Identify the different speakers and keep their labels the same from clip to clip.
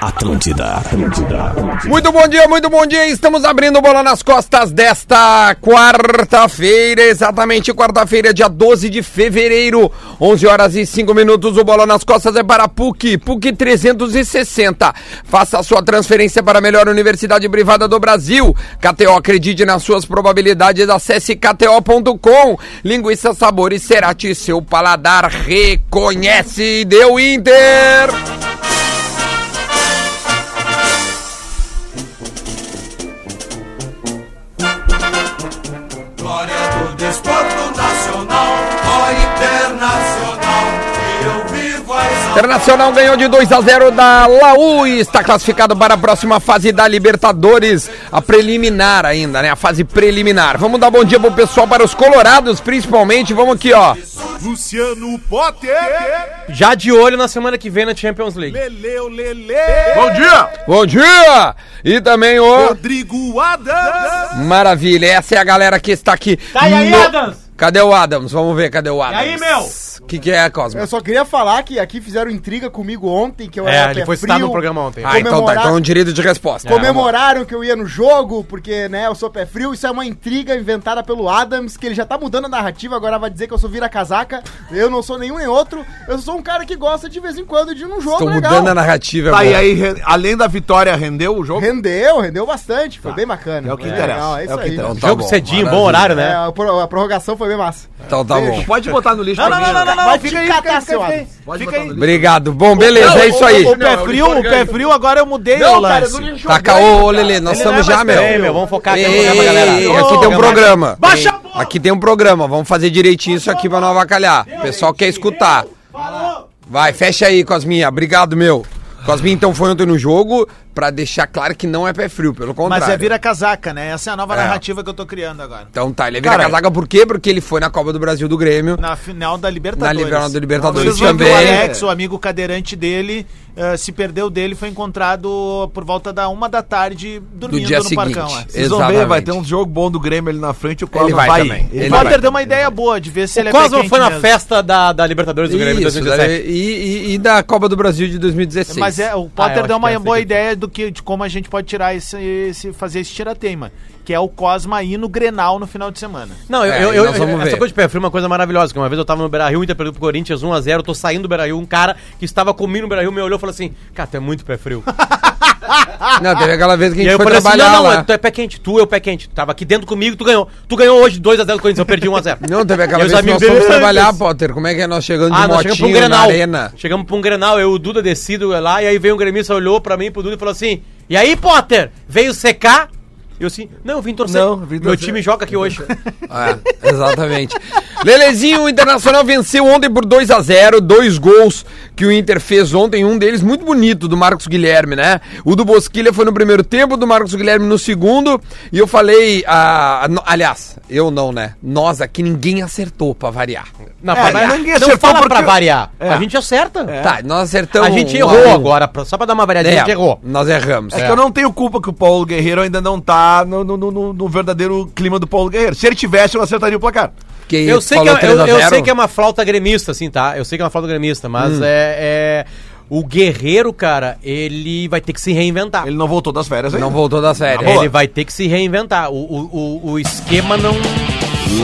Speaker 1: Atlântida, Atlântida, Atlântida.
Speaker 2: Muito bom dia, muito bom dia. Estamos abrindo o bola nas costas desta quarta-feira, exatamente quarta-feira, dia 12 de fevereiro, 11 horas e 5 minutos. O bola nas costas é para a PUC, PUC 360. Faça a sua transferência para a melhor universidade privada do Brasil. KTO, acredite nas suas probabilidades. Acesse kto.com. Linguiça Sabores Cerati, seu paladar reconhece. Deu Inter!
Speaker 3: Glória do desporto nacional, ó internacional, que eu vivo a exaltar.
Speaker 2: Internacional ganhou de 2 a 0 da Laú e está classificado para a próxima fase da Libertadores, a preliminar ainda, né? A fase preliminar. Vamos dar bom dia pro pessoal, para os colorados principalmente. Vamos aqui, ó.
Speaker 4: Luciano Potter.
Speaker 5: Já de olho na semana que vem na Champions League.
Speaker 4: Leleu Lele. Bom dia.
Speaker 2: Bom dia! E também o
Speaker 4: Rodrigo Adams.
Speaker 2: Maravilha. Essa é a galera que está aqui. Tá
Speaker 5: aí, Adams?
Speaker 2: Cadê o Adams? Vamos ver, cadê o Adams?
Speaker 5: aí, meu?
Speaker 2: O que, que é, Cosmo?
Speaker 6: Eu só queria falar que aqui fizeram intriga comigo ontem, que eu
Speaker 5: É,
Speaker 6: era
Speaker 5: ele
Speaker 6: pé
Speaker 5: foi citado no programa ontem.
Speaker 2: Ah, então tá,
Speaker 6: comemorar-
Speaker 2: então direito de resposta.
Speaker 6: Comemoraram que eu ia no jogo, porque, né, eu sou pé frio. Isso é uma intriga inventada pelo Adams, que ele já tá mudando a narrativa, agora vai dizer que eu sou vira-casaca. Eu não sou nenhum nem outro. Eu sou um cara que gosta de vez em quando de ir num jogo
Speaker 2: Estou
Speaker 6: legal.
Speaker 2: mudando a narrativa
Speaker 4: Tá, e
Speaker 2: agora.
Speaker 4: aí, re- além da vitória, rendeu o jogo?
Speaker 6: Rendeu, rendeu bastante. Foi bem bacana.
Speaker 4: É o que interessa,
Speaker 6: é
Speaker 4: é
Speaker 6: isso
Speaker 4: o que
Speaker 6: aí.
Speaker 4: interessa.
Speaker 2: Tá
Speaker 5: Jogo
Speaker 2: bom,
Speaker 5: cedinho,
Speaker 2: maravilha.
Speaker 5: bom horário,
Speaker 6: É,
Speaker 5: né?
Speaker 6: a pro- a prorrogação foi bem massa.
Speaker 2: Então tá bom.
Speaker 4: Pode botar no lixo pra mim.
Speaker 6: Vai te catar, seu Adams.
Speaker 4: Pode botar no lixo.
Speaker 2: Obrigado. Bom, beleza, é isso aí.
Speaker 5: O pé frio, o pé frio, agora eu mudei o lance.
Speaker 2: Tá caô, ô Lelê, nós estamos já, meu.
Speaker 5: Ei, meu, vamos focar aqui
Speaker 2: Ei,
Speaker 5: no programa, galera.
Speaker 2: ei, aqui tem um programa.
Speaker 5: Baixa a
Speaker 2: Ei, Aqui tem um programa, vamos fazer direitinho isso aqui pra não avacalhar. O pessoal quer escutar. Vai, fecha aí, Cosminha. Obrigado, meu. Cosminha, então, foi ontem no jogo pra deixar claro que não é pé frio, pelo contrário.
Speaker 7: Mas é vira-casaca, né? Essa é a nova
Speaker 2: É.
Speaker 7: narrativa que eu tô criando agora.
Speaker 2: Então tá, ele é vira-casaca por quê? Porque ele foi na Copa do Brasil do Grêmio.
Speaker 7: Na final da Libertadores.
Speaker 2: Na Libertadores, Libertadores
Speaker 7: Vocês viram que
Speaker 2: também.
Speaker 7: O Alex, o amigo cadeirante dele, eh, se perdeu dele, foi encontrado por volta da uma da tarde dormindo
Speaker 2: Do dia
Speaker 7: no
Speaker 2: seguinte.
Speaker 7: parcão. é.
Speaker 4: Vocês vão ver, vai ter um jogo bom do Grêmio ali na frente, o Cosmo
Speaker 2: vai também.
Speaker 4: Ele
Speaker 2: Ele
Speaker 7: O Potter
Speaker 2: vai.
Speaker 7: deu uma ideia boa de ver se ele
Speaker 5: O
Speaker 7: é pé
Speaker 5: Cosmo
Speaker 7: quente
Speaker 5: foi na
Speaker 7: mesmo.
Speaker 5: festa da, da Libertadores do Grêmio em
Speaker 2: tá Isso,
Speaker 5: 2017.
Speaker 2: e, e- e da Copa do Brasil de 2016.
Speaker 7: Mas é, o
Speaker 5: Ah, eu
Speaker 7: Potter
Speaker 5: acho
Speaker 7: deu
Speaker 5: que
Speaker 7: uma
Speaker 5: essa
Speaker 7: boa
Speaker 5: aqui.
Speaker 7: ideia do que, de como a gente pode tirar esse, esse fazer esse tirateima, que é o Cosma ir no Grenal no final de semana.
Speaker 5: Não, eu,
Speaker 2: É,
Speaker 5: eu,
Speaker 2: e
Speaker 5: eu,
Speaker 2: nós vamos
Speaker 5: essa
Speaker 2: ver.
Speaker 5: coisa de pé frio é uma coisa maravilhosa. Que uma vez eu tava no Beira Rio, Inter perdeu pro Corinthians 1x0, eu tô saindo do Beira Rio, um cara que estava comigo no Beira Rio me olhou e falou assim: Cara, tu é muito pé frio.
Speaker 2: Não, teve aquela vez que a
Speaker 5: E aí
Speaker 2: gente foi
Speaker 5: eu falei assim:
Speaker 2: trabalhar
Speaker 5: Não, não,
Speaker 2: lá.
Speaker 5: é- tu é pé quente, tu é o pé quente. Tu tava aqui dentro comigo, tu ganhou. Tu ganhou hoje 2x0 do Corinthians, eu perdi 1x0.
Speaker 2: Não, teve aquela
Speaker 5: E os
Speaker 2: vez que nós
Speaker 5: amigos
Speaker 2: fomos
Speaker 5: dele-
Speaker 2: trabalhar, Potter. Como é que é nós chegando de
Speaker 5: Ah, nós chegamos pra um
Speaker 2: motinho na
Speaker 5: Grenal.
Speaker 2: arena?
Speaker 5: Chegamos pra um Grenal, eu e o Duda descido lá, e aí veio um gremista, olhou pra mim, e pro Duda e falou assim: E aí, Potter, veio secar? Eu assim, não, eu vim torcer.
Speaker 4: Não, vim
Speaker 5: Meu
Speaker 4: torcer.
Speaker 5: time joga aqui hoje.
Speaker 2: É, exatamente. Lelezinho, o Internacional venceu ontem por 2 a 0 Dois gols que o Inter fez ontem. Um deles muito bonito, do Marcos Guilherme, né? O do Bosquilha foi no primeiro tempo, o do Marcos Guilherme no segundo. E eu falei, ah, no- aliás, eu não, né? Nós aqui ninguém acertou pra variar.
Speaker 5: Não,
Speaker 4: mas ninguém acertou
Speaker 5: fala
Speaker 4: porque-
Speaker 5: pra variar.
Speaker 4: É. Então,
Speaker 5: A gente acerta.
Speaker 2: Tá, nós acertamos.
Speaker 5: a gente
Speaker 2: um
Speaker 5: errou
Speaker 2: a um.
Speaker 5: agora, pra- só pra dar uma variadinha,
Speaker 2: É,
Speaker 5: a gente errou.
Speaker 2: Nós erramos.
Speaker 4: É que eu não tenho culpa que o Paulo Guerreiro ainda não tá no, no- no- no- no verdadeiro clima do Paulo Guerreiro. Se ele tivesse, eu acertaria o placar.
Speaker 2: Porque
Speaker 5: Eu sei, que
Speaker 2: falou
Speaker 5: é, eu,
Speaker 2: 3 a
Speaker 5: eu
Speaker 2: 0.
Speaker 5: sei que é uma flauta gremista, assim, tá? Eu sei que é uma flauta gremista, mas
Speaker 4: Hum.
Speaker 5: é, é- O guerreiro, cara, ele vai ter que se reinventar.
Speaker 4: Ele é. não voltou das férias
Speaker 5: é-
Speaker 4: ainda.
Speaker 2: Não voltou das férias.
Speaker 4: boa.
Speaker 5: Ele vai ter que se reinventar. O, o, o- o esquema não.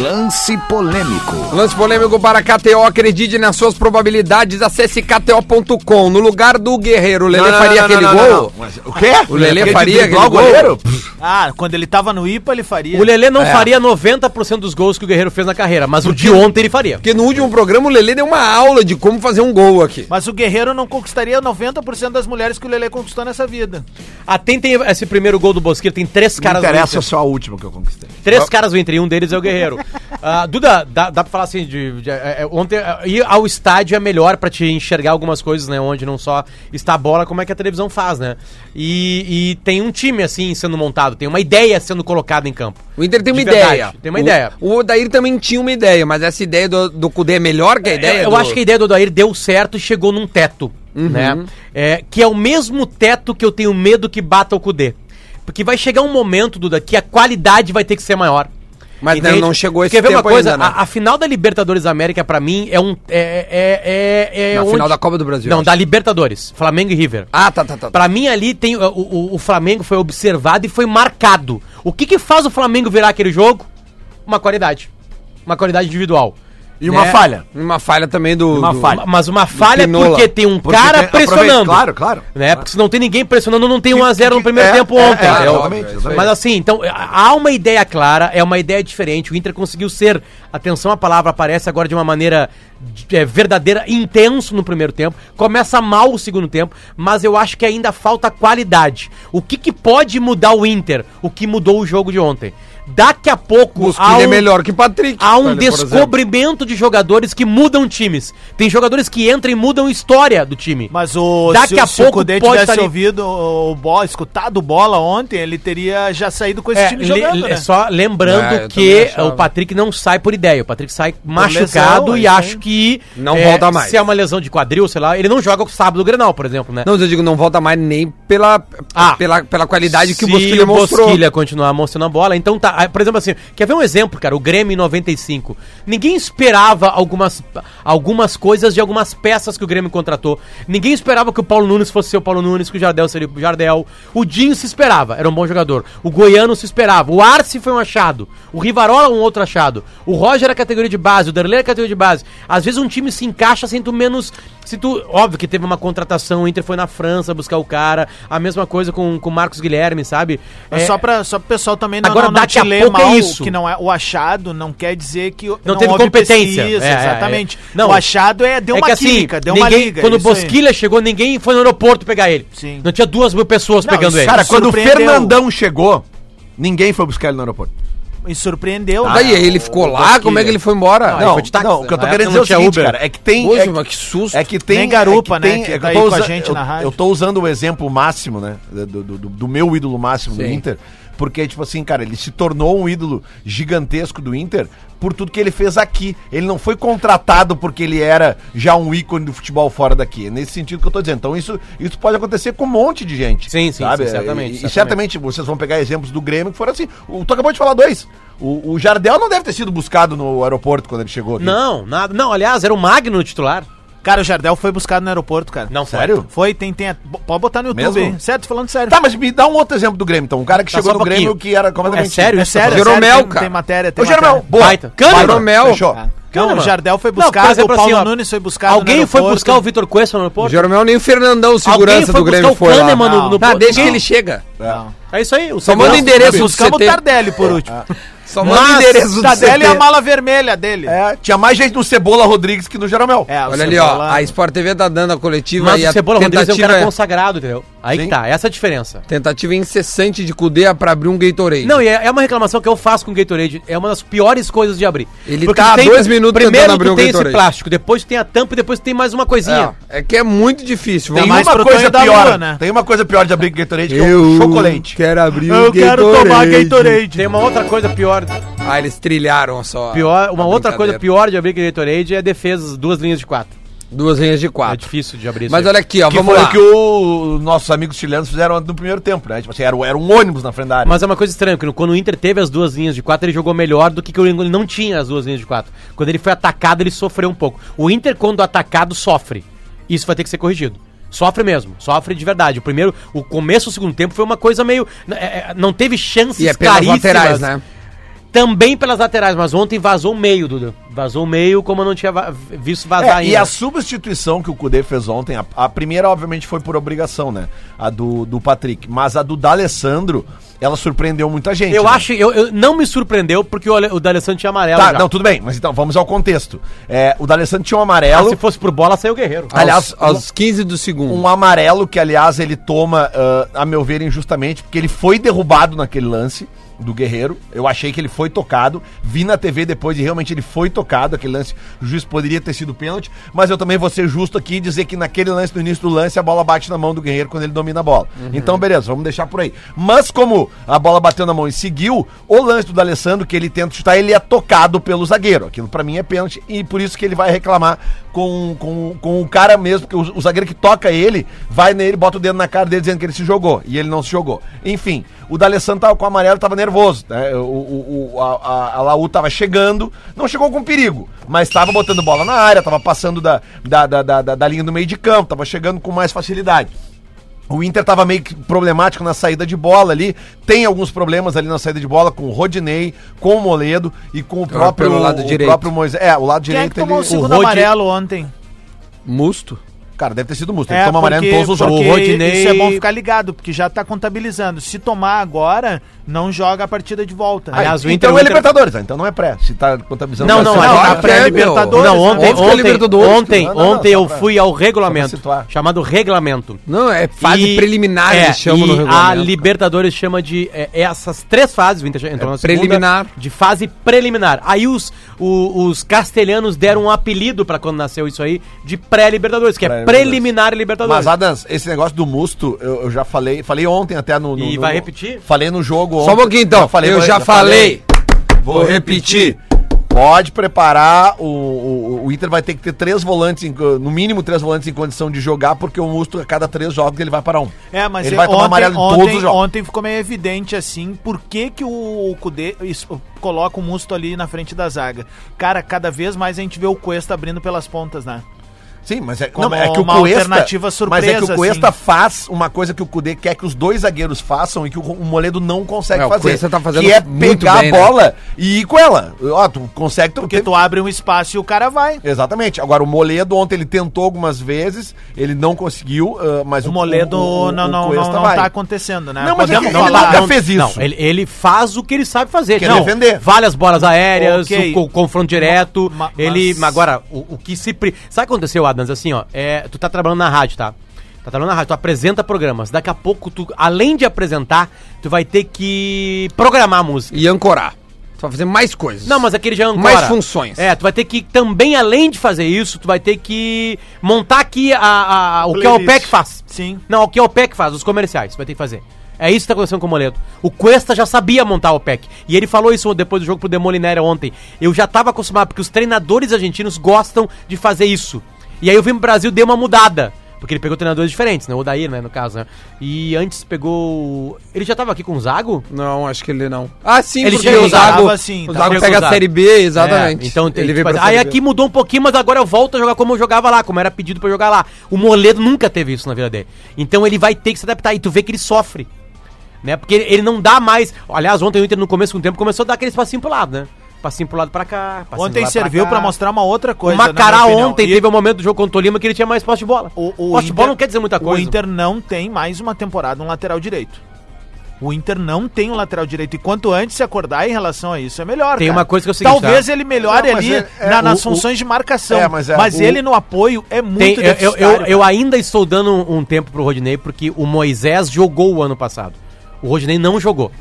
Speaker 1: Lance polêmico.
Speaker 2: Lance polêmico para KTO, acredite nas suas probabilidades, acesse kto.com. No lugar do Guerreiro, o Lelê faria aquele gol?
Speaker 4: Mas, o quê?
Speaker 2: O Lelê
Speaker 4: Aquele
Speaker 2: faria
Speaker 4: driblar
Speaker 2: aquele
Speaker 4: o goleiro?
Speaker 2: gol?
Speaker 7: Ah, quando ele tava no IPA, ele faria.
Speaker 5: O Lelê não
Speaker 2: É.
Speaker 5: faria 90% dos gols que o Guerreiro fez na carreira, mas o de ontem ele faria.
Speaker 2: Porque no último programa o Lelê deu uma aula de como fazer um gol aqui.
Speaker 7: Mas o Guerreiro não conquistaria 90% das mulheres que o Lelê conquistou nessa vida.
Speaker 5: Atentem Ah, esse primeiro gol do Bosqueiro, tem três
Speaker 4: Não
Speaker 5: caras do
Speaker 4: interessa
Speaker 5: Inter.
Speaker 4: só a última que eu conquistei.
Speaker 5: Três caras do Inter, e um deles é o Guerreiro. Ah, Duda, dá, dá pra falar assim, de, de- é, é, ontem ah, ir ao estádio é melhor pra te enxergar algumas coisas, né? Onde não só está a bola, como é que a televisão faz, né? E, e tem um time, assim, sendo montado, tem uma ideia sendo colocada em campo.
Speaker 2: O Inter tem uma
Speaker 5: De verdade,
Speaker 2: ideia.
Speaker 5: tem uma ideia.
Speaker 2: O, o Odair também tinha uma ideia, mas essa ideia do, do Cudê é melhor que a ideia
Speaker 5: eu, eu
Speaker 2: do... Uhum.
Speaker 5: acho que a ideia do Odair deu certo e chegou num teto, né? É, que é o mesmo teto que eu tenho medo que bata o Kudê. Porque vai chegar um momento, Duda, que a qualidade vai ter que ser maior.
Speaker 2: Mas não- não chegou esse
Speaker 5: Quer ver uma
Speaker 2: tempo
Speaker 5: coisa?
Speaker 2: ainda, né?
Speaker 5: a, a final da Libertadores da América, pra mim, é um. É, é, é, é
Speaker 2: Na
Speaker 5: onde-
Speaker 2: final da Copa do Brasil.
Speaker 5: Não,
Speaker 2: acho.
Speaker 5: da Libertadores. Flamengo e River.
Speaker 2: Ah, tá, tá, tá.
Speaker 5: Pra mim ali tem o, o- o Flamengo foi observado e foi marcado. O que que faz o Flamengo virar aquele jogo? Uma qualidade, uma qualidade individual
Speaker 7: E uma
Speaker 5: Né?
Speaker 7: falha.
Speaker 2: Uma falha também do.
Speaker 7: Uma
Speaker 2: do-
Speaker 7: falha.
Speaker 5: Mas uma falha
Speaker 2: Pinola.
Speaker 5: porque tem um
Speaker 4: Porque
Speaker 5: cara
Speaker 4: tem-
Speaker 5: pressionando.
Speaker 4: aproveita, claro, claro.
Speaker 5: Né? Porque se não tem ninguém pressionando, não tem 1 a 0 no
Speaker 4: que-
Speaker 5: primeiro
Speaker 4: é,
Speaker 5: tempo
Speaker 4: é,
Speaker 5: ontem.
Speaker 4: é,
Speaker 5: né?
Speaker 4: exatamente, exatamente.
Speaker 5: Mas assim, então há uma ideia clara, é uma ideia diferente. O Inter conseguiu ser, atenção, a palavra aparece agora de uma maneira é, verdadeira, intenso no primeiro tempo. Começa mal o segundo tempo, mas eu acho que ainda falta qualidade. O que, que pode mudar o Inter? O que mudou o jogo de ontem? Daqui a pouco um
Speaker 2: Busquilha é melhor que Patrick.
Speaker 5: há um
Speaker 2: olha, por exemplo.
Speaker 5: descobrimento de jogadores que mudam times. Tem jogadores que entram e mudam história do time.
Speaker 7: Mas o,
Speaker 5: Daqui
Speaker 7: se,
Speaker 5: a
Speaker 7: se o
Speaker 5: pouco
Speaker 7: Cudê
Speaker 5: pode
Speaker 7: tivesse
Speaker 5: estar ali.
Speaker 7: ouvido o bola, escutado bola ontem, ele teria já saído com esse
Speaker 5: É,
Speaker 7: time
Speaker 5: le-
Speaker 7: jogando,
Speaker 5: le-
Speaker 7: né?
Speaker 5: Só lembrando
Speaker 2: É, eu também
Speaker 5: que
Speaker 2: achava.
Speaker 5: o Patrick não sai por ideia. O Patrick sai machucado
Speaker 7: lesão,
Speaker 5: e
Speaker 7: é isso
Speaker 5: acho
Speaker 7: aí.
Speaker 5: que.
Speaker 2: Não
Speaker 5: é,
Speaker 2: volta mais.
Speaker 5: Se é uma lesão de quadril, sei lá, ele não joga o sábado do Grenal, por exemplo, né?
Speaker 2: Não, mas eu digo, não volta mais nem pela,
Speaker 5: Ah.
Speaker 2: pela, pela qualidade que o
Speaker 5: Se
Speaker 2: Bosquilha mostrou.
Speaker 5: Bosquilha continuar mostrando a bola. Então tá, ah, por exemplo assim, quer ver um exemplo, cara? O Grêmio em 95. Ninguém esperava algumas, algumas coisas de algumas peças que o Grêmio contratou. Ninguém esperava que o Paulo Nunes fosse ser o Paulo Nunes, que o Jardel seria o Jardel. O Dinho se esperava, era um bom jogador. O Goiano se esperava. O Arce foi um achado. O Rivarola um outro achado. O Roger era categoria de base, o Derlei era categoria de base. Às vezes um time se encaixa sem tu menos. Se tu, óbvio que teve uma contratação, o Inter foi na França buscar o cara. A mesma coisa com com o Marcos Guilherme, sabe?
Speaker 7: É, só para só pro pessoal também não,
Speaker 5: Agora,
Speaker 7: não, não
Speaker 5: daqui
Speaker 7: te
Speaker 5: a
Speaker 7: ler
Speaker 5: pouco é
Speaker 7: mal
Speaker 5: isso.
Speaker 7: que não é o achado não quer dizer que não,
Speaker 5: teve
Speaker 7: houve
Speaker 5: competência.
Speaker 7: pesquisa,
Speaker 5: É, é,
Speaker 7: exatamente.
Speaker 5: é. Não.
Speaker 7: O achado é deu
Speaker 5: é
Speaker 7: uma
Speaker 5: que
Speaker 7: química,
Speaker 5: assim,
Speaker 7: deu
Speaker 5: ninguém,
Speaker 7: uma liga.
Speaker 5: quando o
Speaker 7: isso aí.
Speaker 5: Bosquilha chegou, ninguém foi no aeroporto pegar ele.
Speaker 7: Sim.
Speaker 5: Não tinha duas mil pessoas
Speaker 7: Não, é
Speaker 5: pegando
Speaker 7: isso-
Speaker 5: ele.
Speaker 4: Cara, quando o
Speaker 7: Surpreendeu.
Speaker 4: Fernandão chegou, ninguém foi buscar ele no aeroporto.
Speaker 7: e
Speaker 5: tá.
Speaker 7: surpreendeu. né?
Speaker 2: Daí Tá. ele ficou lá, como é que ele foi embora?
Speaker 4: Não,
Speaker 5: foi de táxi.
Speaker 4: não, o que eu tô
Speaker 5: Na
Speaker 4: querendo dizer é
Speaker 5: época não
Speaker 4: o
Speaker 5: tinha
Speaker 4: seguinte,
Speaker 5: Uber.
Speaker 4: cara, é que tem...
Speaker 2: Poxa,
Speaker 4: é, que-
Speaker 2: mas que susto.
Speaker 4: É que tem...
Speaker 7: Nem garupa,
Speaker 4: é que
Speaker 7: né,
Speaker 4: tem-
Speaker 7: que
Speaker 4: é que
Speaker 7: tá
Speaker 4: eu
Speaker 7: aí
Speaker 4: tô
Speaker 7: com a
Speaker 4: usa-
Speaker 7: gente
Speaker 4: eu-
Speaker 7: na rádio.
Speaker 4: Eu tô usando o exemplo máximo, né, do, do- do- do meu ídolo máximo do
Speaker 2: Sim.
Speaker 4: Inter, porque, tipo assim, cara, ele se tornou um ídolo gigantesco do Inter por tudo que ele fez aqui. Ele não foi contratado porque ele era já um ícone do futebol fora daqui. É nesse sentido que eu tô dizendo. Então isso, isso pode acontecer com um monte de gente.
Speaker 5: Sim, sim,
Speaker 4: sabe?
Speaker 5: sim, certamente,
Speaker 4: E- E,
Speaker 5: certamente.
Speaker 4: certamente vocês vão pegar exemplos do Grêmio que foram assim. O, tu acabou de falar dois. O, o Jardel não deve ter sido buscado no aeroporto quando ele chegou aqui.
Speaker 5: Não, nada. Não, aliás, era o Magno o titular.
Speaker 7: Cara, o Jardel foi buscado no aeroporto, cara.
Speaker 5: Não foi.
Speaker 4: Sério?
Speaker 7: Foi, tem, tem. a- bo- Pode botar no YouTube,
Speaker 4: Mesmo?
Speaker 7: hein? Certo? Falando sério.
Speaker 4: Tá, mas me dá um outro exemplo do Grêmio, então. Um cara que
Speaker 5: Tá,
Speaker 4: chegou
Speaker 5: só
Speaker 4: no
Speaker 5: um pouquinho.
Speaker 4: Grêmio que era completamente.
Speaker 5: É sério
Speaker 7: É
Speaker 5: isso?
Speaker 7: sério, é
Speaker 2: Jeromel,
Speaker 7: sério, tem-
Speaker 2: cara.
Speaker 7: Tem matéria, tem
Speaker 4: Ô, Jeromel,
Speaker 7: matéria.
Speaker 4: boa.
Speaker 5: Baita.
Speaker 4: Baita.
Speaker 2: Jeromel.
Speaker 4: Fechou.
Speaker 7: Não,
Speaker 5: Câmara.
Speaker 7: o Jardel foi
Speaker 5: Não, por
Speaker 7: buscado,
Speaker 5: exemplo,
Speaker 7: o Paulo
Speaker 5: assim, ó,
Speaker 7: Nunes foi buscado
Speaker 5: Alguém
Speaker 7: no
Speaker 5: foi
Speaker 7: aeroporto.
Speaker 5: buscar o Vitor Cuesta no
Speaker 2: O
Speaker 5: aeroporto?
Speaker 2: Jeromel nem o Fernandão, o segurança do Grêmio,
Speaker 5: buscar o
Speaker 2: foi lá.
Speaker 5: Kahneman no, no
Speaker 2: Tá, deixa que
Speaker 5: Não.
Speaker 2: ele chega.
Speaker 7: Não.
Speaker 5: É isso aí. O
Speaker 2: Só manda
Speaker 5: segurança-
Speaker 2: o endereço do
Speaker 7: Buscamos o
Speaker 2: CT.
Speaker 7: Tardelli por último.
Speaker 2: Só manda o endereço
Speaker 7: Mas
Speaker 2: do
Speaker 5: tá
Speaker 7: Tardelli é a
Speaker 2: CT.
Speaker 7: mala vermelha dele.
Speaker 4: É, tinha mais gente no Cebola Rodrigues que no Jeromel.
Speaker 7: É, o
Speaker 2: Olha ali,
Speaker 7: Cebola-
Speaker 2: ó. A Sport TV tá dando a coletiva
Speaker 5: Mas
Speaker 2: e
Speaker 5: o
Speaker 2: a
Speaker 5: Cebola Rodrigues é um
Speaker 2: tentativa,
Speaker 5: cara consagrado, entendeu? Aí
Speaker 4: Sim.
Speaker 5: que tá, essa é a diferença.
Speaker 2: tentativa incessante de Cudea pra abrir um Gatorade.
Speaker 5: Não, e é, é uma reclamação que eu faço com o Gatorade. É uma das piores coisas de abrir.
Speaker 2: Ele tá há
Speaker 5: tem-
Speaker 2: dois minutos
Speaker 5: primeiro
Speaker 2: tentando abrir
Speaker 5: tu
Speaker 2: o
Speaker 5: tem esse
Speaker 2: Gatorade.
Speaker 5: plástico, depois tu tem a tampa e depois tu tem mais uma coisinha.
Speaker 2: é, é que é muito difícil.
Speaker 4: Tem
Speaker 2: Vamos-
Speaker 7: mais
Speaker 4: uma
Speaker 7: pro
Speaker 4: coisa
Speaker 7: Tonho da
Speaker 4: pior.
Speaker 7: Lua, né?
Speaker 4: Tem uma coisa pior de abrir Gatorade que é
Speaker 5: um
Speaker 4: o chocolate.
Speaker 2: quero abrir
Speaker 7: Eu
Speaker 2: um
Speaker 7: quero tomar Gatorade.
Speaker 5: Tem uma outra coisa pior,
Speaker 2: Ah, eles trilharam só. a-
Speaker 5: pior uma
Speaker 2: a
Speaker 5: outra coisa
Speaker 2: brincadeira.
Speaker 5: pior de abrir Gatorade é defesas, duas linhas de quatro.
Speaker 2: Duas linhas de quatro.
Speaker 5: É difícil de abrir
Speaker 2: Mas
Speaker 5: aí.
Speaker 2: olha aqui, ó,
Speaker 4: Que
Speaker 2: vamos
Speaker 4: foi
Speaker 2: lá.
Speaker 4: o que o- os nossos amigos chilenos fizeram no primeiro tempo, né? Tipo assim, era, era um ônibus na frente da área.
Speaker 5: Mas é uma coisa estranha, que quando o Inter teve as duas linhas de quatro, ele jogou melhor do que que o Inter não tinha as duas linhas de quatro. Quando ele foi atacado, ele sofreu um pouco. O Inter, quando atacado, sofre. Isso vai ter que ser corrigido. Sofre mesmo, sofre de verdade. O primeiro, o começo do segundo tempo foi uma coisa meio. é, é, Não teve chances
Speaker 2: E é pelas laterais, né?
Speaker 5: Também pelas laterais, mas ontem vazou o meio, Duda. Vazou o meio como eu não tinha va- visto
Speaker 4: É,
Speaker 5: vazar ainda.
Speaker 4: e a substituição que o Cudê fez ontem, a, a primeira, obviamente, foi por obrigação, né? A do, do Patrick. Mas a do D'Alessandro, ela surpreendeu muita gente.
Speaker 5: Eu
Speaker 4: né?
Speaker 5: acho, eu, eu- não me surpreendeu porque o, Ale- o D'Alessandro tinha amarelo.
Speaker 4: Tá,
Speaker 5: já.
Speaker 4: não, tudo bem, mas então vamos ao contexto. É, o D'Alessandro tinha um
Speaker 5: Ah,
Speaker 4: amarelo.
Speaker 5: se fosse por bola, saiu o Guerreiro.
Speaker 4: Aliás,
Speaker 2: aos, aos 15 do segundo.
Speaker 4: um amarelo que, aliás, ele toma, ah, a meu ver, injustamente, porque ele foi derrubado naquele lance do Guerreiro. Eu achei que ele foi tocado. Vi na TV depois e realmente ele foi tocado. Aquele lance, o juiz poderia ter sido pênalti, mas eu também vou ser justo aqui e dizer que naquele lance, no início do lance, a bola bate na mão do Guerreiro quando ele domina a bola.
Speaker 5: Uhum.
Speaker 4: Então, beleza, vamos deixar por aí. Mas como a bola bateu na mão e seguiu, o lance do D'Alessandro, que ele tenta chutar, ele é tocado pelo zagueiro. Aquilo pra mim é pênalti e por isso que ele vai reclamar com, com, com o cara mesmo, porque o, o zagueiro que toca ele vai nele, bota o dedo na cara dele dizendo que ele se jogou e ele não se jogou. Enfim, o D'Alessandro tava com o amarelo, tava nervoso, né? O, o- o- a, a- a Laú tava chegando, não chegou com perigo, mas tava botando bola na área, tava passando da, da, da, da, da- da linha do meio de campo, tava chegando com mais facilidade. O Inter tava meio que problemático na saída de bola ali. Tem alguns problemas ali na saída de bola com o Rodinei, com o Moledo e com o próprio,
Speaker 2: Ah, pelo lado
Speaker 4: o
Speaker 2: direito.
Speaker 4: próprio Moisés. É, o lado
Speaker 7: Quem é
Speaker 4: direito
Speaker 7: que tomou o
Speaker 4: ele.
Speaker 7: segundo
Speaker 5: Rodi-
Speaker 7: amarelo ontem?
Speaker 2: Musto?
Speaker 4: Cara, deve ter sido o Musto. Ele toma amarelo em
Speaker 7: É, porque-
Speaker 4: todos os jogos.
Speaker 7: porque
Speaker 5: O Rodinei-
Speaker 7: Isso é bom ficar ligado, porque já tá contabilizando. Se tomar agora, não joga a partida de volta.
Speaker 5: Aí, Aliás, o Inter-
Speaker 4: então
Speaker 5: o
Speaker 4: é
Speaker 5: Inter-
Speaker 4: Libertadores, né? então não é pré. Se tá contabilizando.
Speaker 5: Não, não,
Speaker 4: pré,
Speaker 5: a
Speaker 4: não,
Speaker 5: gente
Speaker 4: é
Speaker 5: tá
Speaker 4: pré.
Speaker 7: pré-Libertadores,
Speaker 5: Não, ontem,
Speaker 2: Óbvio que é
Speaker 5: ontem,
Speaker 2: Libertadores.
Speaker 5: ontem,
Speaker 4: Não, não,
Speaker 5: ontem
Speaker 4: só
Speaker 5: eu
Speaker 4: pra-
Speaker 5: fui ao
Speaker 4: só
Speaker 5: regulamento,
Speaker 4: pra situar.
Speaker 5: chamado regulamento.
Speaker 2: Não, é fase
Speaker 5: E-
Speaker 2: preliminar,
Speaker 5: é,
Speaker 2: eles chamam
Speaker 5: e
Speaker 2: no
Speaker 5: a
Speaker 2: regulamento.
Speaker 5: Libertadores chama de é, essas três fases, o Inter já
Speaker 2: É,
Speaker 5: entrou na segunda,
Speaker 2: preliminar.
Speaker 5: de fase preliminar. Aí os, o- os castelhanos deram um apelido pra quando nasceu isso aí de pré-libertadores, que
Speaker 4: Pré-Libertadores.
Speaker 5: é preliminar e libertadores.
Speaker 4: Mas, Adams, esse negócio do Musto, eu, eu já falei, falei ontem até no. no-
Speaker 5: E
Speaker 4: no-
Speaker 5: vai repetir?
Speaker 4: Falei no jogo ontem.
Speaker 2: Só um pouquinho então.
Speaker 4: Já falei,
Speaker 2: eu
Speaker 4: vou-
Speaker 2: já falei.
Speaker 4: Vou repetir. Pode preparar, o, o, o Inter vai ter que ter três volantes, em- no mínimo três volantes em condição de jogar, porque o Musto, a cada três jogos, ele vai para um.
Speaker 7: É, mas
Speaker 4: ele
Speaker 7: é-
Speaker 4: vai tomar
Speaker 7: ontem,
Speaker 4: amarelo em
Speaker 7: ontem,
Speaker 4: todos os jogos.
Speaker 7: ontem ficou meio evidente assim por que, que o Cudê es- coloca o Musto ali na frente da zaga. Cara, cada vez mais a gente vê o Cuesta abrindo pelas pontas, né?
Speaker 4: Sim, mas é,
Speaker 7: Como
Speaker 4: não, é que o
Speaker 7: uma
Speaker 4: Cuesta,
Speaker 7: alternativa surpresa,
Speaker 4: mas é que o Cuesta
Speaker 7: assim.
Speaker 4: faz uma coisa que o Cudê quer que os dois zagueiros façam e que o, o Moledo não consegue
Speaker 2: É, o
Speaker 4: fazer.
Speaker 2: Cuesta tá fazendo
Speaker 4: que é
Speaker 2: muito
Speaker 4: pegar
Speaker 2: bem,
Speaker 4: a
Speaker 2: né?
Speaker 4: bola e ir com ela. Ó, tu consegue... Tu
Speaker 7: Porque tu abre um espaço e o cara vai.
Speaker 4: Exatamente. Agora, o Moledo ontem ele tentou algumas vezes, ele não conseguiu, ah, mas
Speaker 7: O Moledo
Speaker 4: o- o-
Speaker 7: não,
Speaker 4: o
Speaker 7: não,
Speaker 4: Cuesta
Speaker 7: não, não
Speaker 4: vai.
Speaker 7: tá acontecendo, né?
Speaker 4: Não, mas é que
Speaker 5: Não,
Speaker 4: ele
Speaker 5: não,
Speaker 4: nunca
Speaker 5: não,
Speaker 4: fez isso.
Speaker 5: não, ele, ele faz o que ele sabe fazer.
Speaker 4: Quer
Speaker 5: não,
Speaker 4: defender.
Speaker 5: Várias bolas aéreas,
Speaker 7: Ok.
Speaker 5: o, co- confronto direto.
Speaker 7: Ma- mas-
Speaker 5: ele. Agora, o, o que se. pre- Sabe o que aconteceu, Adams? Assim, ó. é, tu tá trabalhando na rádio, tá? Tá trabalhando na rádio, tu apresenta programas. Daqui a pouco, tu, além de apresentar, tu vai ter que programar a música.
Speaker 2: E ancorar. Tu vai fazer mais coisas.
Speaker 5: Não, mas é- aquele já ancora.
Speaker 2: Mais funções.
Speaker 5: É, tu vai ter que também, além de fazer isso, tu vai ter que montar aqui a, a- a- o que a
Speaker 7: Playlist.
Speaker 5: OPEC faz.
Speaker 7: Sim.
Speaker 5: Não, o que a OPEC faz, os comerciais, tu vai ter que fazer. É isso que tá acontecendo com o Moledo. O Cuesta já sabia montar a OPEC. E ele falou isso depois do jogo pro Demolinera ontem. Eu já tava acostumado, porque os treinadores argentinos gostam de fazer isso. E aí eu vim pro Brasil, dei uma mudada. Porque ele pegou treinadores diferentes, né? O Daí, né, no caso, né? E antes pegou. o- Ele já tava aqui com o Zago?
Speaker 2: Não, acho que ele não. Ah, sim,
Speaker 5: Ele
Speaker 2: porque
Speaker 5: chega
Speaker 2: o
Speaker 5: e
Speaker 2: Zago,
Speaker 7: tava assim,
Speaker 2: o
Speaker 7: tava
Speaker 2: Zago pega a
Speaker 5: recusado.
Speaker 2: Série B, exatamente.
Speaker 5: É, então ele
Speaker 2: ele veio
Speaker 5: tipo,
Speaker 2: pra
Speaker 5: Aí
Speaker 2: Série B.
Speaker 5: aqui mudou um pouquinho, mas agora eu volto a jogar como eu jogava lá, como era pedido pra eu jogar lá. O Moledo nunca teve isso na vida dele. Então ele vai ter que se adaptar e tu vê que ele sofre. Né? Porque ele, ele não dá mais. Aliás, ontem o Inter no começo do tempo começou a dar aqueles passinhos pro lado, né? Passinho pro lado pra cá. passinho
Speaker 4: Assim,
Speaker 5: pro
Speaker 7: Ontem
Speaker 5: lado
Speaker 7: serviu
Speaker 5: cá.
Speaker 7: pra mostrar uma outra coisa. né,
Speaker 5: O
Speaker 7: na minha
Speaker 5: Macará
Speaker 7: opinião.
Speaker 5: ontem
Speaker 7: E-
Speaker 5: teve um momento do jogo contra o Tolima que ele tinha mais posse de bola.
Speaker 7: O, o
Speaker 5: posse de
Speaker 7: Inter-
Speaker 5: bola não quer dizer muita coisa.
Speaker 7: O Inter não tem mais uma temporada um lateral direito. O Inter não tem um lateral direito. E quanto antes se acordar em relação a isso, é melhor.
Speaker 5: Tem
Speaker 7: cara.
Speaker 5: uma coisa que é o seguinte,
Speaker 7: Talvez
Speaker 5: tá?
Speaker 7: ele melhore
Speaker 4: Não, mas
Speaker 7: ali
Speaker 4: é- é,
Speaker 7: na-
Speaker 4: o-
Speaker 7: nas
Speaker 4: o-
Speaker 7: funções de marcação.
Speaker 4: É, mas
Speaker 7: mas
Speaker 4: é, o-
Speaker 7: ele no apoio é muito
Speaker 5: Tem- eu- eu, eu,
Speaker 7: deficitário,
Speaker 5: eu ainda estou dando um, um tempo pro Rodinei, porque o Moisés jogou o ano passado. O Rodinei não jogou.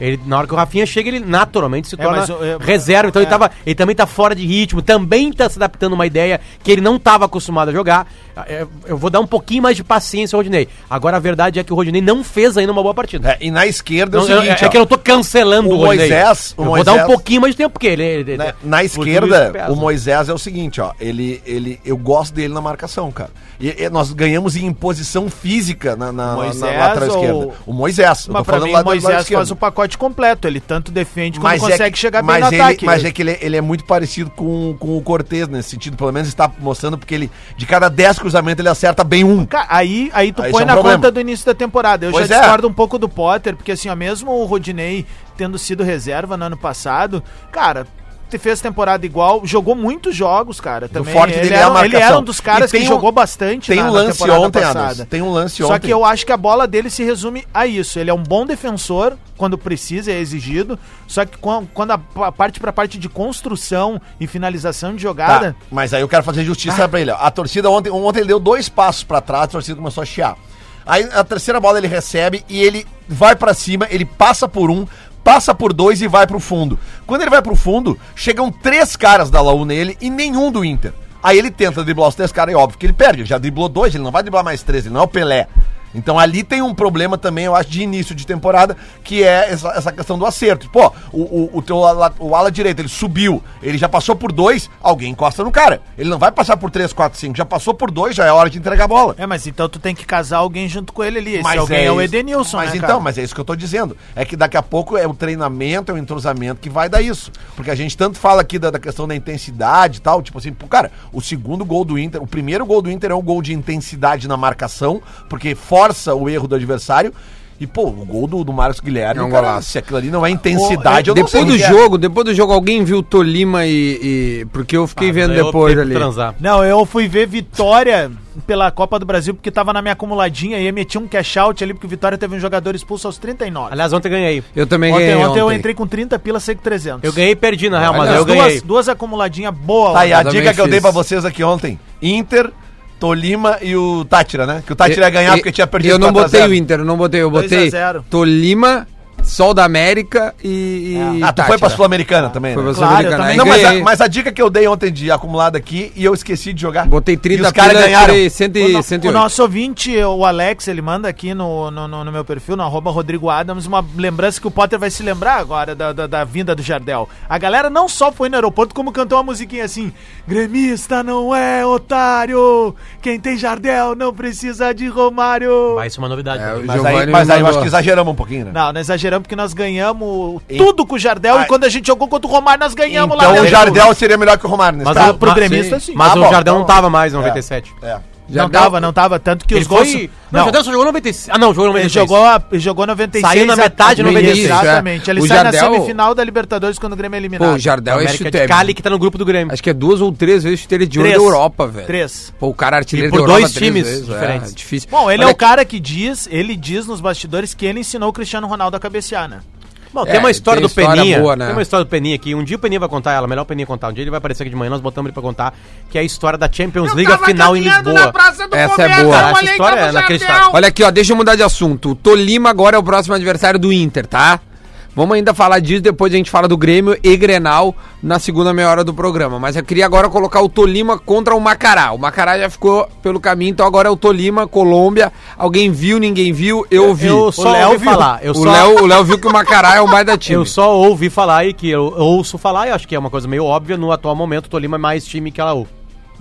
Speaker 5: Ele, na hora que o Rafinha chega, ele naturalmente se
Speaker 7: É,
Speaker 5: torna
Speaker 7: mas eu- eu-
Speaker 5: reserva. Então
Speaker 7: é.
Speaker 5: ele, tava, ele também tá fora de ritmo, também tá se adaptando a uma ideia que ele não estava acostumado a jogar. É, Eu vou dar um pouquinho mais de paciência ao Rodinei. Agora a verdade é que o Rodinei não fez ainda uma boa partida.
Speaker 4: É, e na esquerda
Speaker 5: Não,
Speaker 4: é o
Speaker 5: eu-
Speaker 4: seguinte,
Speaker 5: é,
Speaker 4: ó,
Speaker 5: que eu não tô cancelando
Speaker 4: o
Speaker 5: o Rodinei.
Speaker 4: Moisés- o
Speaker 5: eu vou dar um
Speaker 4: Moisés-
Speaker 5: pouquinho mais de tempo, porque ele... ele-
Speaker 4: na,
Speaker 5: ele-
Speaker 4: né? na
Speaker 7: né?
Speaker 5: por tudo isso
Speaker 4: esquerda,
Speaker 5: pesa.
Speaker 4: o Moisés é o seguinte, ó, ele, ele, eu gosto dele na marcação, cara. E, e nós ganhamos em posição física na, na, na-
Speaker 7: Moisés
Speaker 4: na lateral
Speaker 7: ou-
Speaker 4: esquerda. O Moisés, eu
Speaker 7: Mas
Speaker 4: tô
Speaker 7: pra
Speaker 4: falando
Speaker 7: mim,
Speaker 4: lá
Speaker 7: o
Speaker 4: do lado
Speaker 7: Moisés
Speaker 4: esquerdo.
Speaker 7: faz o pacote completo. Ele tanto defende como
Speaker 4: Mas
Speaker 7: consegue
Speaker 4: é,
Speaker 7: chegar bem
Speaker 4: mas
Speaker 7: no
Speaker 4: ele,
Speaker 7: ataque.
Speaker 4: Mas é que ele, ele é muito parecido com, com o Cortez nesse sentido, pelo menos está mostrando, porque ele, de cada 10 cruzamentos, ele acerta bem um.
Speaker 7: Cara, aí, aí tu
Speaker 4: Aí isso
Speaker 7: põe
Speaker 4: é um
Speaker 7: na
Speaker 4: problema.
Speaker 7: conta do início da temporada. Eu
Speaker 4: Pois
Speaker 7: já
Speaker 4: é.
Speaker 7: discordo um pouco do Potter, porque assim, ó, mesmo o Rodinei tendo sido reserva no ano passado, cara. te- Fez temporada igual, jogou muitos jogos, cara. Também.
Speaker 4: forte
Speaker 7: ele,
Speaker 4: dele é a
Speaker 7: era, ele
Speaker 4: marcação.
Speaker 7: era um dos caras
Speaker 4: E tem
Speaker 7: que
Speaker 4: um-
Speaker 7: jogou bastante.
Speaker 4: Tem um lance
Speaker 7: temporada
Speaker 4: ontem,
Speaker 7: passada.
Speaker 4: Adams. Tem um lance
Speaker 7: Só
Speaker 4: ontem.
Speaker 7: que eu acho que a bola dele se resume a isso. Ele é um bom defensor quando precisa, é exigido. Só que quan- quando a pa- parte pra parte de construção e finalização de jogada.
Speaker 4: Tá, mas aí eu quero fazer justiça pra ele. ó. A torcida ontem, ontem ele deu dois passos pra trás, a torcida começou a chiar. Aí a terceira bola ele recebe e ele vai pra cima, ele passa por um, passa por dois e vai pro fundo. Quando ele vai pro fundo, chegam três caras da Laú nele e nenhum do Inter. Aí ele tenta driblar os três caras e óbvio que ele perde. Ele já driblou dois, ele não vai driblar mais três, ele não é o Pelé. Então ali tem um problema também, eu acho, de início de temporada, que é essa, essa questão do acerto. Pô, o, o, o teu ala, o ala direito, ele subiu, ele já passou por dois, alguém encosta no cara. Ele não vai passar por três, quatro, cinco, já passou por dois, já é hora de entregar a bola.
Speaker 7: É, mas então tu tem que casar alguém junto com ele ali. Esse alguém é, o
Speaker 4: isso.
Speaker 7: Edenilson,
Speaker 4: Mas
Speaker 7: né,
Speaker 4: então,
Speaker 7: cara?
Speaker 4: mas é isso que eu tô dizendo. É que daqui a pouco é o treinamento, é o entrosamento que vai dar isso. Porque a gente tanto fala aqui da, da questão da intensidade e tal, tipo assim, pô, cara, o segundo gol do Inter, o primeiro gol do Inter é um gol de intensidade na marcação, porque força o erro do adversário. E, pô, o gol do, do Marcos Guilherme,
Speaker 2: É um golaço.
Speaker 4: se aquilo ali não é intensidade, eu não sei
Speaker 2: Depois
Speaker 4: o
Speaker 2: do
Speaker 4: que é.
Speaker 2: jogo, depois do jogo, alguém viu Tolima e. e- porque eu fiquei vendo
Speaker 5: Eu
Speaker 2: depois
Speaker 5: optei por
Speaker 2: ali.
Speaker 5: Transar.
Speaker 7: Não, eu fui ver Vitória pela Copa do Brasil porque tava na minha acumuladinha e aí meti um cash out ali porque o Vitória teve um jogador expulso aos 39.
Speaker 5: Aliás, ontem ganhei.
Speaker 2: Eu também
Speaker 7: ontem,
Speaker 2: ganhei.
Speaker 7: ontem eu
Speaker 2: ontem.
Speaker 7: entrei com 30 pila, sei que 300.
Speaker 5: Eu ganhei e perdi, na real, mas
Speaker 2: Olha,
Speaker 5: eu
Speaker 7: As
Speaker 5: ganhei.
Speaker 7: duas, duas acumuladinhas boas.
Speaker 4: Tá,
Speaker 7: lá.
Speaker 4: e a
Speaker 2: Eu também
Speaker 4: dica que eu dei
Speaker 2: fiz.
Speaker 4: pra vocês aqui ontem: Inter, Tolima e o Tátira, né? Que o Tátira ia ganhar
Speaker 2: E-
Speaker 4: porque tinha perdido
Speaker 2: É, Eu não
Speaker 4: 4 a
Speaker 2: botei
Speaker 4: 0.
Speaker 2: o Inter, eu não botei. Eu
Speaker 7: 2 a
Speaker 2: botei
Speaker 7: 0.
Speaker 2: Tolima, Sol da América e. e
Speaker 4: Ah, tu foi pra
Speaker 2: Tátira.
Speaker 4: Sul-Americana também.
Speaker 2: Foi
Speaker 4: né?
Speaker 2: pra
Speaker 7: É. Claro, eu
Speaker 2: Sul-Americana.
Speaker 7: também
Speaker 2: Aí
Speaker 4: Não, mas a,
Speaker 2: ganhei.
Speaker 4: mas a dica que eu dei ontem de acumulada aqui e eu esqueci de jogar.
Speaker 2: Botei
Speaker 4: E
Speaker 2: 30
Speaker 4: os caras
Speaker 2: pila,
Speaker 4: ganharam.
Speaker 2: tirei 100
Speaker 7: O, no-
Speaker 2: e
Speaker 7: o
Speaker 2: 108.
Speaker 7: nosso ouvinte, o Alex, ele manda aqui no, no, no- no meu perfil, no arroba Rodrigo Adams, uma lembrança que o Potter vai se lembrar agora da, da, da vinda do Jardel. A galera não só foi no aeroporto, como cantou uma musiquinha assim: Gremista não é otário, quem tem Jardel não precisa de Romário.
Speaker 5: Mas isso é uma novidade. pra mim.
Speaker 4: Mas
Speaker 2: Giovanni
Speaker 4: aí,
Speaker 2: me
Speaker 4: mas aí eu
Speaker 2: mandou.
Speaker 4: acho que exageramos um pouquinho, né?
Speaker 7: Não, nós exageramos porque nós ganhamos tudo com o Jardel
Speaker 4: Ah,
Speaker 7: e quando a gente jogou contra o Romário, nós ganhamos lá
Speaker 4: Então o
Speaker 7: dentro.
Speaker 4: Jardel seria melhor que o Romário nesse
Speaker 5: Mas
Speaker 4: caso.
Speaker 5: o- mas-
Speaker 7: sim.
Speaker 5: Mas
Speaker 4: Ah,
Speaker 5: o
Speaker 4: bom,
Speaker 5: Jardel não
Speaker 4: então-
Speaker 5: tava mais em 97.
Speaker 4: É.
Speaker 7: Não
Speaker 2: Jardel-
Speaker 7: tava, não tava. Tanto que
Speaker 5: Ele
Speaker 7: os gols.
Speaker 5: foi... Não, o Jardel só jogou 96. Ah, não, jogou
Speaker 7: Ele
Speaker 5: 96.
Speaker 7: jogou, a- ele jogou 96
Speaker 5: Saiu na
Speaker 7: a-
Speaker 5: metade,
Speaker 7: a-
Speaker 5: 96,
Speaker 7: Exatamente.
Speaker 2: é.
Speaker 7: Ele
Speaker 2: O
Speaker 7: sai na
Speaker 2: Jardel-
Speaker 7: semifinal da Libertadores quando o Grêmio é eliminado.
Speaker 2: Pô, o Jardel é
Speaker 5: América
Speaker 2: chute.
Speaker 5: de Cali, que tá no grupo do Grêmio.
Speaker 2: Acho que é duas ou três vezes chuteira de ouro da
Speaker 7: Três.
Speaker 2: Europa, velho.
Speaker 7: Três.
Speaker 2: Pô, o cara é artilheiro
Speaker 5: E por
Speaker 2: da Europa
Speaker 5: dois
Speaker 2: três
Speaker 5: times
Speaker 2: vezes, é,
Speaker 5: diferentes.
Speaker 2: difícil.
Speaker 7: Bom, ele
Speaker 2: Olha
Speaker 7: é o cara que diz, ele diz nos bastidores que ele ensinou o Cristiano Ronaldo a cabecear, né?
Speaker 5: Bom,
Speaker 2: É,
Speaker 5: tem uma história
Speaker 2: tem
Speaker 5: do
Speaker 2: história
Speaker 5: Peninha.
Speaker 2: boa, né?
Speaker 5: Tem uma história do Peninha que um dia o Peninha vai contar ela, melhor o Peninha contar. Um dia ele vai aparecer aqui de manhã, nós botamos ele pra contar, que é a história da Champions League, a final em Lisboa.
Speaker 2: Essa é boa.
Speaker 5: Cara, essa história é inacreditável.
Speaker 2: Olha aqui, ó, deixa eu mudar de assunto. O Tolima agora é o próximo adversário do Inter, tá? Vamos ainda falar disso, depois a gente fala do Grêmio e Grenal na segunda meia hora do programa. Mas eu queria agora colocar o Tolima contra o Macará. O Macará já ficou pelo caminho, então agora é o Tolima, Colômbia. Alguém viu, ninguém viu, eu vi.
Speaker 5: Eu só
Speaker 7: O Léo
Speaker 5: ouvi
Speaker 7: viu.
Speaker 5: falar. Eu
Speaker 2: o,
Speaker 5: só,
Speaker 2: Léo, o Léo viu que o Macará é o mais da time.
Speaker 5: eu só ouvi falar e que eu ouço falar, e acho que é uma coisa meio óbvia, no atual momento o Tolima é mais time que ela U.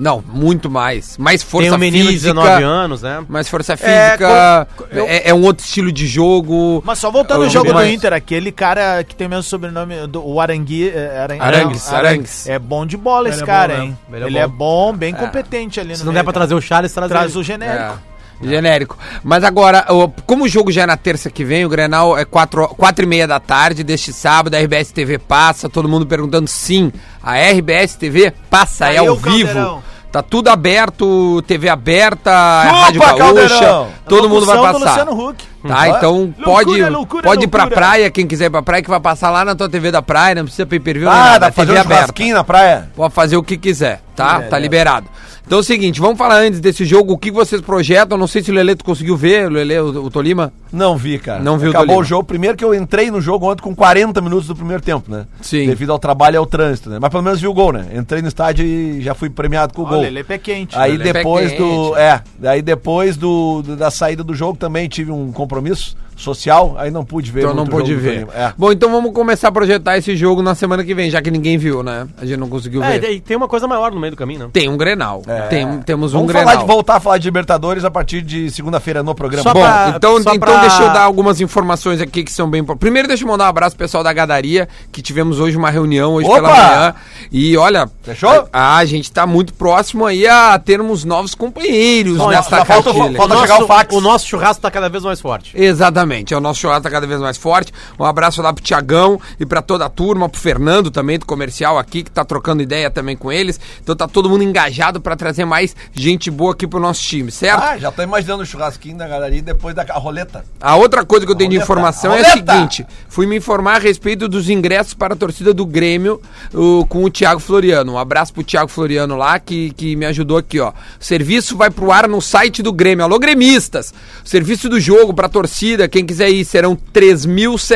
Speaker 2: Não, muito mais. Mais força
Speaker 5: Tem um menino de
Speaker 2: física.
Speaker 5: 19 anos, né?
Speaker 2: Mais força física. é, é um outro estilo de jogo.
Speaker 7: Mas só voltando
Speaker 2: Eu
Speaker 7: ao jogo
Speaker 2: vi
Speaker 7: do
Speaker 2: mais.
Speaker 7: Inter, aquele cara que tem o mesmo sobrenome, do, o Arangui, é, Aran-
Speaker 2: Arangues,
Speaker 7: não,
Speaker 2: Arangues.
Speaker 7: É bom de bola esse
Speaker 5: é
Speaker 7: cara,
Speaker 5: bom
Speaker 7: hein?
Speaker 5: mesmo,
Speaker 7: Ele,
Speaker 5: ele é
Speaker 7: é
Speaker 5: bom.
Speaker 7: bom, bem competente ali no
Speaker 5: Se não der
Speaker 7: meio,
Speaker 5: pra
Speaker 7: cara.
Speaker 5: trazer o Charles, traz,
Speaker 7: Traz
Speaker 5: ele.
Speaker 7: o genérico.
Speaker 2: É, genérico. Mas agora, o- como o jogo já é na terça que vem, o Grenal é 4, quatro e meia da tarde deste sábado, a RBS TV passa, todo mundo perguntando sim, a RBS TV passa,
Speaker 7: Tá Aí
Speaker 2: é ao
Speaker 7: o Caldeirão.
Speaker 2: vivo. Tá tudo aberto, TV aberta, Rádio
Speaker 4: Caldeirão!
Speaker 2: Gaúcha, todo
Speaker 7: A
Speaker 2: mundo vai
Speaker 7: locução do
Speaker 2: passar.
Speaker 7: Luciano Huck.
Speaker 2: Tá, então
Speaker 7: Loucura,
Speaker 2: pode,
Speaker 7: loucura,
Speaker 2: pode ir pra
Speaker 7: loucura.
Speaker 2: praia, quem quiser ir pra praia, que vai passar lá na tua TV da praia, não precisa pay per view, nem
Speaker 4: Ah,
Speaker 2: nada,
Speaker 4: dá
Speaker 2: é
Speaker 4: pra fazer um churrasquinho na praia?
Speaker 2: Pode fazer o que quiser,
Speaker 4: É,
Speaker 2: tá? tá liberado. Então é o seguinte, vamos falar antes desse jogo, o que vocês projetam. Não sei se o Lele tu conseguiu ver, o Lele, o, o Tolima.
Speaker 4: Não vi, cara.
Speaker 2: Não viu o
Speaker 4: Acabou
Speaker 2: Tolima.
Speaker 4: o jogo. Primeiro que eu entrei no jogo ontem com 40 minutos do primeiro tempo, né?
Speaker 2: Sim.
Speaker 4: Devido ao trabalho e ao trânsito, né? Mas pelo menos vi o gol, né? Entrei no estádio e já fui premiado com o gol.
Speaker 7: Olha, ele é pé quente.
Speaker 4: Aí
Speaker 2: Ele é né? pé
Speaker 4: depois
Speaker 2: quente.
Speaker 4: do. É, aí depois do, do- da saída do jogo também tive um compromisso social, aí não pude ver.
Speaker 2: Então não
Speaker 4: muito
Speaker 2: pude
Speaker 4: jogo do
Speaker 2: ver.
Speaker 4: Tolima. É.
Speaker 2: Bom, então vamos começar a projetar esse jogo na semana que vem, já que ninguém viu, né? A gente não conseguiu
Speaker 5: É,
Speaker 2: ver.
Speaker 5: e tem uma coisa maior no meio do caminho, né?
Speaker 2: Tem um Grenal. Tem, temos um
Speaker 4: É. Vamos
Speaker 2: Grenal.
Speaker 4: falar de voltar a falar de Libertadores a partir de segunda-feira no programa.
Speaker 5: Só
Speaker 2: Bom,
Speaker 5: pra-
Speaker 2: então,
Speaker 5: só
Speaker 2: então
Speaker 5: pra-
Speaker 2: deixa eu dar algumas informações aqui que são bem importantes. Primeiro, deixa eu mandar um abraço pro pessoal da Gadaria, que tivemos hoje uma reunião hoje pela
Speaker 4: Opa!
Speaker 2: manhã. E olha,
Speaker 4: Fechou?
Speaker 2: A, a gente tá muito próximo aí a termos novos companheiros
Speaker 4: Só-
Speaker 2: nesta
Speaker 4: só falta-
Speaker 2: cartilha.
Speaker 4: falta- chegar o fax.
Speaker 5: nosso churrasco tá cada vez mais forte.
Speaker 2: Exatamente, é o nosso churrasco tá cada vez mais forte. Um abraço lá pro Tiagão e pra toda a turma, pro Fernando também do comercial aqui, que tá trocando ideia também com eles. Então tá todo mundo engajado pra trazer mais gente boa aqui pro nosso time, certo?
Speaker 4: Ah, já tô imaginando o churrasquinho da galera e depois da ca- roleta.
Speaker 2: A outra coisa que eu tenho de
Speaker 4: Roleta,
Speaker 2: informação é a
Speaker 4: roleta.
Speaker 2: seguinte: fui me informar a respeito dos ingressos para a torcida do Grêmio o- com o Thiago Floriano. Um abraço pro Thiago Floriano lá, que, que me ajudou aqui, ó. O serviço vai pro ar no site do Grêmio. Alô, gremistas! O serviço do jogo pra torcida, quem quiser ir, serão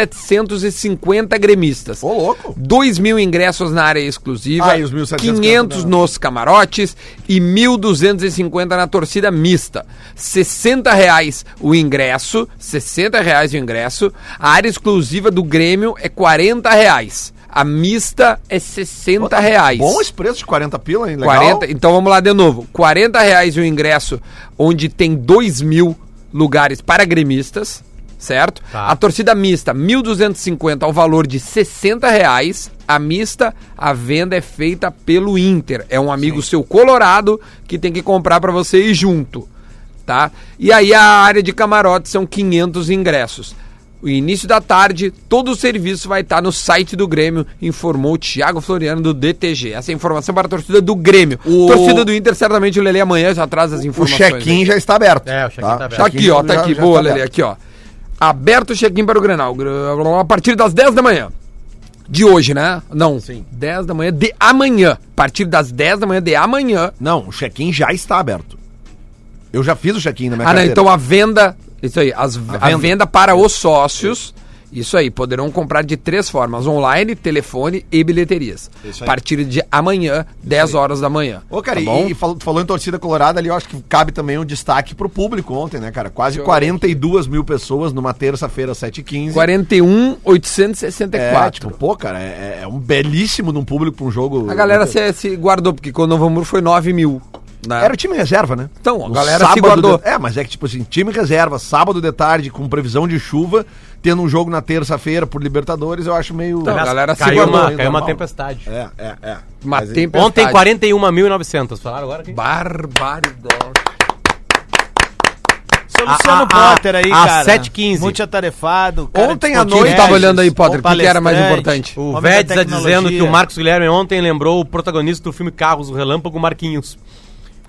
Speaker 2: 3.750 gremistas.
Speaker 4: Ô, louco.
Speaker 2: 2 mil ingressos na área exclusiva,
Speaker 4: Ah, e os 1.700
Speaker 2: 500 nos camarotes e 1.250 na torcida mista. 60 reais o ingresso, 60 reais o ingresso, a área exclusiva do Grêmio é 40 reais. A mista é 60 reais.
Speaker 4: Bom esse preço de 40 pila, hein? Legal.
Speaker 2: 40, então vamos lá de novo. 40 reais o ingresso, onde tem 2 mil lugares para gremistas, certo?
Speaker 5: Tá.
Speaker 2: A torcida mista, 1.250 ao valor de 60 reais. A mista, a venda é feita pelo Inter. É um amigo seu colorado que tem que comprar para você ir junto, tá? E aí a área de camarote são 500 ingressos. O início da tarde, todo o serviço vai estar no site do Grêmio, informou o Thiago Floriano do DTG. Essa é a informação para a torcida do Grêmio.
Speaker 4: O-
Speaker 2: Torcida do Inter, certamente o Lelê amanhã já traz as
Speaker 4: O
Speaker 2: informações.
Speaker 4: check-in já está aberto.
Speaker 5: É, o check-in tá aberto.
Speaker 2: Tá aqui, ó, tá aqui.
Speaker 4: já
Speaker 2: Boa,
Speaker 4: tá
Speaker 2: Lelê,
Speaker 4: aberto.
Speaker 2: aqui, ó. Aberto o check-in para o Grenal. Gr- A partir das 10 da manhã. De hoje, né? Não. Sim. 10 da manhã de amanhã. A partir das 10 da manhã de amanhã.
Speaker 4: Não, o check-in já está aberto. Eu já fiz o check-in na minha
Speaker 2: Ah, não,
Speaker 4: carteira.
Speaker 2: então a venda. Isso aí, as- a, venda.
Speaker 4: venda.
Speaker 2: para os sócios. Isso aí, poderão comprar de três formas: online, telefone e bilheterias. A
Speaker 4: Isso aí.
Speaker 2: partir de amanhã, 10 horas da manhã.
Speaker 4: Ô, cara,
Speaker 2: tá
Speaker 4: e-
Speaker 2: bom?
Speaker 4: e falou, tu falou em torcida colorada ali, eu acho que cabe também um destaque pro público ontem, né, cara? Quase 42 mil pessoas numa terça-feira, 7h15.
Speaker 2: 41,864.
Speaker 4: É, tipo, pô, cara, é, é um belíssimo num público pra um jogo.
Speaker 2: a galera se, se guardou, porque quando o Novo Hamburgo foi 9 mil. Né?
Speaker 4: Era o time reserva, né?
Speaker 2: Então, a
Speaker 4: No
Speaker 2: galera se
Speaker 4: sábado
Speaker 2: guardou.
Speaker 4: de- É, mas é que, tipo assim, time reserva, sábado de tarde, com previsão de chuva, tendo um jogo na terça-feira por Libertadores, eu acho meio.
Speaker 2: Então, a galera se
Speaker 5: caiu
Speaker 2: guardou.
Speaker 5: uma, caiu uma
Speaker 4: normal.
Speaker 5: tempestade.
Speaker 4: É, é, é.
Speaker 2: Uma
Speaker 4: Mas,
Speaker 2: tempestade.
Speaker 5: Ontem, 41.900. Falaram agora aqui?
Speaker 2: Barbaridade.
Speaker 7: Seu Luciano
Speaker 5: A- a- a-
Speaker 7: Potter aí,
Speaker 5: a
Speaker 7: cara.
Speaker 5: 7h15.
Speaker 7: multiatarefado.
Speaker 4: Ontem à
Speaker 2: O que
Speaker 4: noite-
Speaker 2: que tava olhando aí, Potter? O que, que era mais importante?
Speaker 5: O
Speaker 7: Homem
Speaker 5: Veds
Speaker 7: da
Speaker 5: está dizendo
Speaker 7: tecnologia.
Speaker 5: que o Marcos Guilherme ontem lembrou o protagonista do filme Carros, o Relâmpago Marquinhos.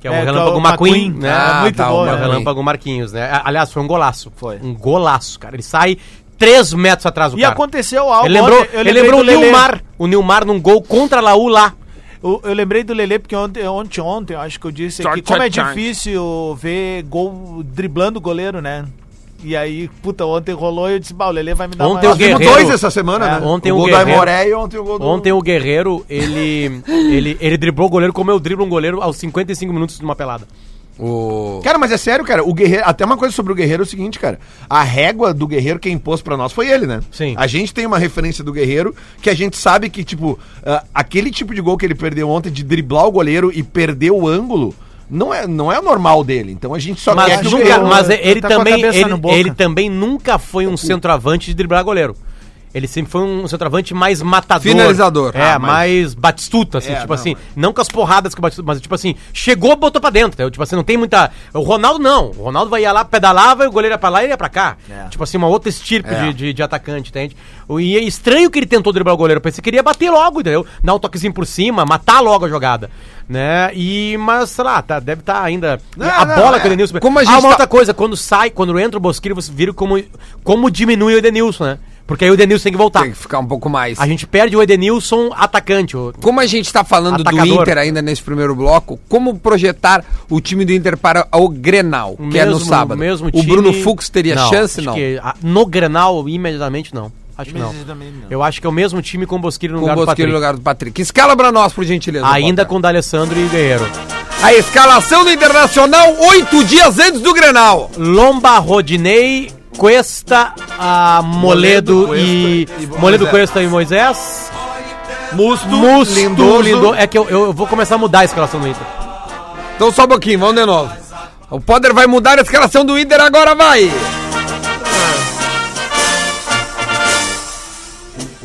Speaker 5: Que é o
Speaker 7: É, que é o
Speaker 5: Relâmpago McQueen,
Speaker 7: McQueen.
Speaker 5: né?
Speaker 7: Ah,
Speaker 5: muito
Speaker 7: tá,
Speaker 5: bom.
Speaker 7: o
Speaker 5: É o
Speaker 7: McQueen.
Speaker 5: Relâmpago Marquinhos, né? A- Aliás, foi um golaço.
Speaker 7: Foi.
Speaker 5: Um golaço, cara. Ele sai 3 metros atrás do
Speaker 7: E
Speaker 5: cara.
Speaker 7: aconteceu algo.
Speaker 5: tá. Ele lembrou,
Speaker 7: ontem, eu
Speaker 5: ele
Speaker 7: lembrei
Speaker 5: lembrou Ah, o
Speaker 7: do Lelê.
Speaker 5: Nilmar. O Nilmar num gol contra a Laú lá.
Speaker 7: Eu, eu lembrei do Lelê, porque ontem, ontem, ontem, eu acho que eu disse aqui, como é difícil ver gol driblando o goleiro, né? E aí, puta, ontem rolou e eu disse, bah, o Lelê vai me dar
Speaker 5: Ontem o
Speaker 7: uma...
Speaker 5: Guerreiro...
Speaker 4: Temos dois essa semana,
Speaker 5: É,
Speaker 4: né?
Speaker 5: ontem
Speaker 4: o
Speaker 5: o
Speaker 4: gol do
Speaker 5: Guerreiro-
Speaker 4: Aimoré e ontem o gol do.
Speaker 5: Ontem o Guerreiro, ele, ele, ele driblou o goleiro como eu driblo um goleiro aos 55 minutos de uma pelada.
Speaker 2: O...
Speaker 4: Cara, mas é sério, cara. O Guerreiro. Até uma coisa sobre o Guerreiro é o seguinte, cara. A régua do Guerreiro quem impôs pra nós foi ele, né?
Speaker 5: Sim.
Speaker 4: A gente tem uma referência do Guerreiro que a gente sabe que, tipo, ah, aquele tipo de gol que ele perdeu ontem de driblar o goleiro e perder o ângulo. Não é, não é o normal dele, então a gente só
Speaker 5: mas
Speaker 4: que o
Speaker 5: nunca,
Speaker 4: Guerreiro-
Speaker 5: mas
Speaker 7: tá
Speaker 5: ele
Speaker 7: com a
Speaker 5: também
Speaker 7: cabeça
Speaker 5: ele,
Speaker 7: no boca.
Speaker 5: ele também nunca foi um centroavante de driblar goleiro. Ele sempre foi um centroavante mais matador.
Speaker 2: Finalizador.
Speaker 5: É,
Speaker 2: Ah, mas-
Speaker 5: mais batistuta, assim,
Speaker 4: É,
Speaker 5: tipo
Speaker 4: não,
Speaker 5: assim. Não com as porradas que o batistuta, mas tipo assim, chegou, botou pra dentro. entendeu? Tipo assim, não tem muita. O Ronaldo não. O Ronaldo vai ia lá, pedalava, e o goleiro ia pra lá e ele ia pra cá.
Speaker 4: É.
Speaker 5: Tipo assim, uma outra estirpe de, de, de atacante, entende? O- E é estranho que ele tentou driblar o goleiro. Eu pensei que ele ia bater logo, entendeu? Dar um toquezinho por cima, matar logo a jogada. Né? E, mas, sei lá, tá, deve estar ainda.
Speaker 4: Não,
Speaker 5: a
Speaker 4: não,
Speaker 5: bola
Speaker 4: é.
Speaker 5: que o Edenilson.
Speaker 2: Como a
Speaker 5: ah,
Speaker 2: gente
Speaker 5: uma
Speaker 2: tá-
Speaker 5: outra coisa, quando sai, quando entra o Bosquilho, você vira como, como diminui o Edenilson, né? Porque aí o Edenilson tem que voltar.
Speaker 2: Tem que ficar um pouco mais.
Speaker 5: Tá. A gente perde o Edenilson atacante. o-
Speaker 2: Como a gente está falando do
Speaker 5: Atacador.
Speaker 2: Inter ainda nesse primeiro bloco, como projetar o time do Inter para o Grenal, que é no
Speaker 5: mesmo-
Speaker 2: sábado?
Speaker 5: mesmo
Speaker 2: o
Speaker 5: time-
Speaker 2: Bruno Fux teria
Speaker 5: Não,
Speaker 2: chance,
Speaker 5: acho
Speaker 2: não?
Speaker 5: que, ah, no Grenal, imediatamente, não. Acho que não.
Speaker 7: Imediatamente, não.
Speaker 5: Eu acho que é o mesmo time com o Bosquilho no
Speaker 2: Com
Speaker 5: lugar
Speaker 2: o
Speaker 5: do
Speaker 2: Bosquilha
Speaker 5: Patrick.
Speaker 2: no lugar do Patrick. Escala para nós, por gentileza.
Speaker 5: Ainda
Speaker 2: Potter.
Speaker 5: com o D'Alessandro e Guerreiro.
Speaker 2: A escalação do Internacional oito dias antes do Grenal.
Speaker 5: Lomba, Rodinei, Cuesta, ah, Moledo,
Speaker 4: Moledo,
Speaker 5: e...
Speaker 4: Cuesta e
Speaker 5: Moledo,
Speaker 4: Moisés.
Speaker 5: Cuesta e Moisés.
Speaker 4: Musto,
Speaker 5: Musto,
Speaker 4: Lindoso.
Speaker 5: Lindoso. É que eu, eu vou começar a mudar a escalação do Inter.
Speaker 2: Então só um pouquinho, vamos de novo. O Potter vai mudar a escalação do Inter agora, vai!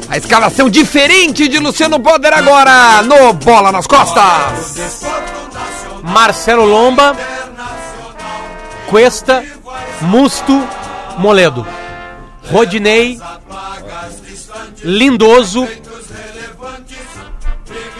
Speaker 2: A escalação diferente de Luciano Potter agora, no Bola nas Costas.
Speaker 5: Marcelo Lomba, Cuesta, Musto, Moledo, Rodinei, Lindoso,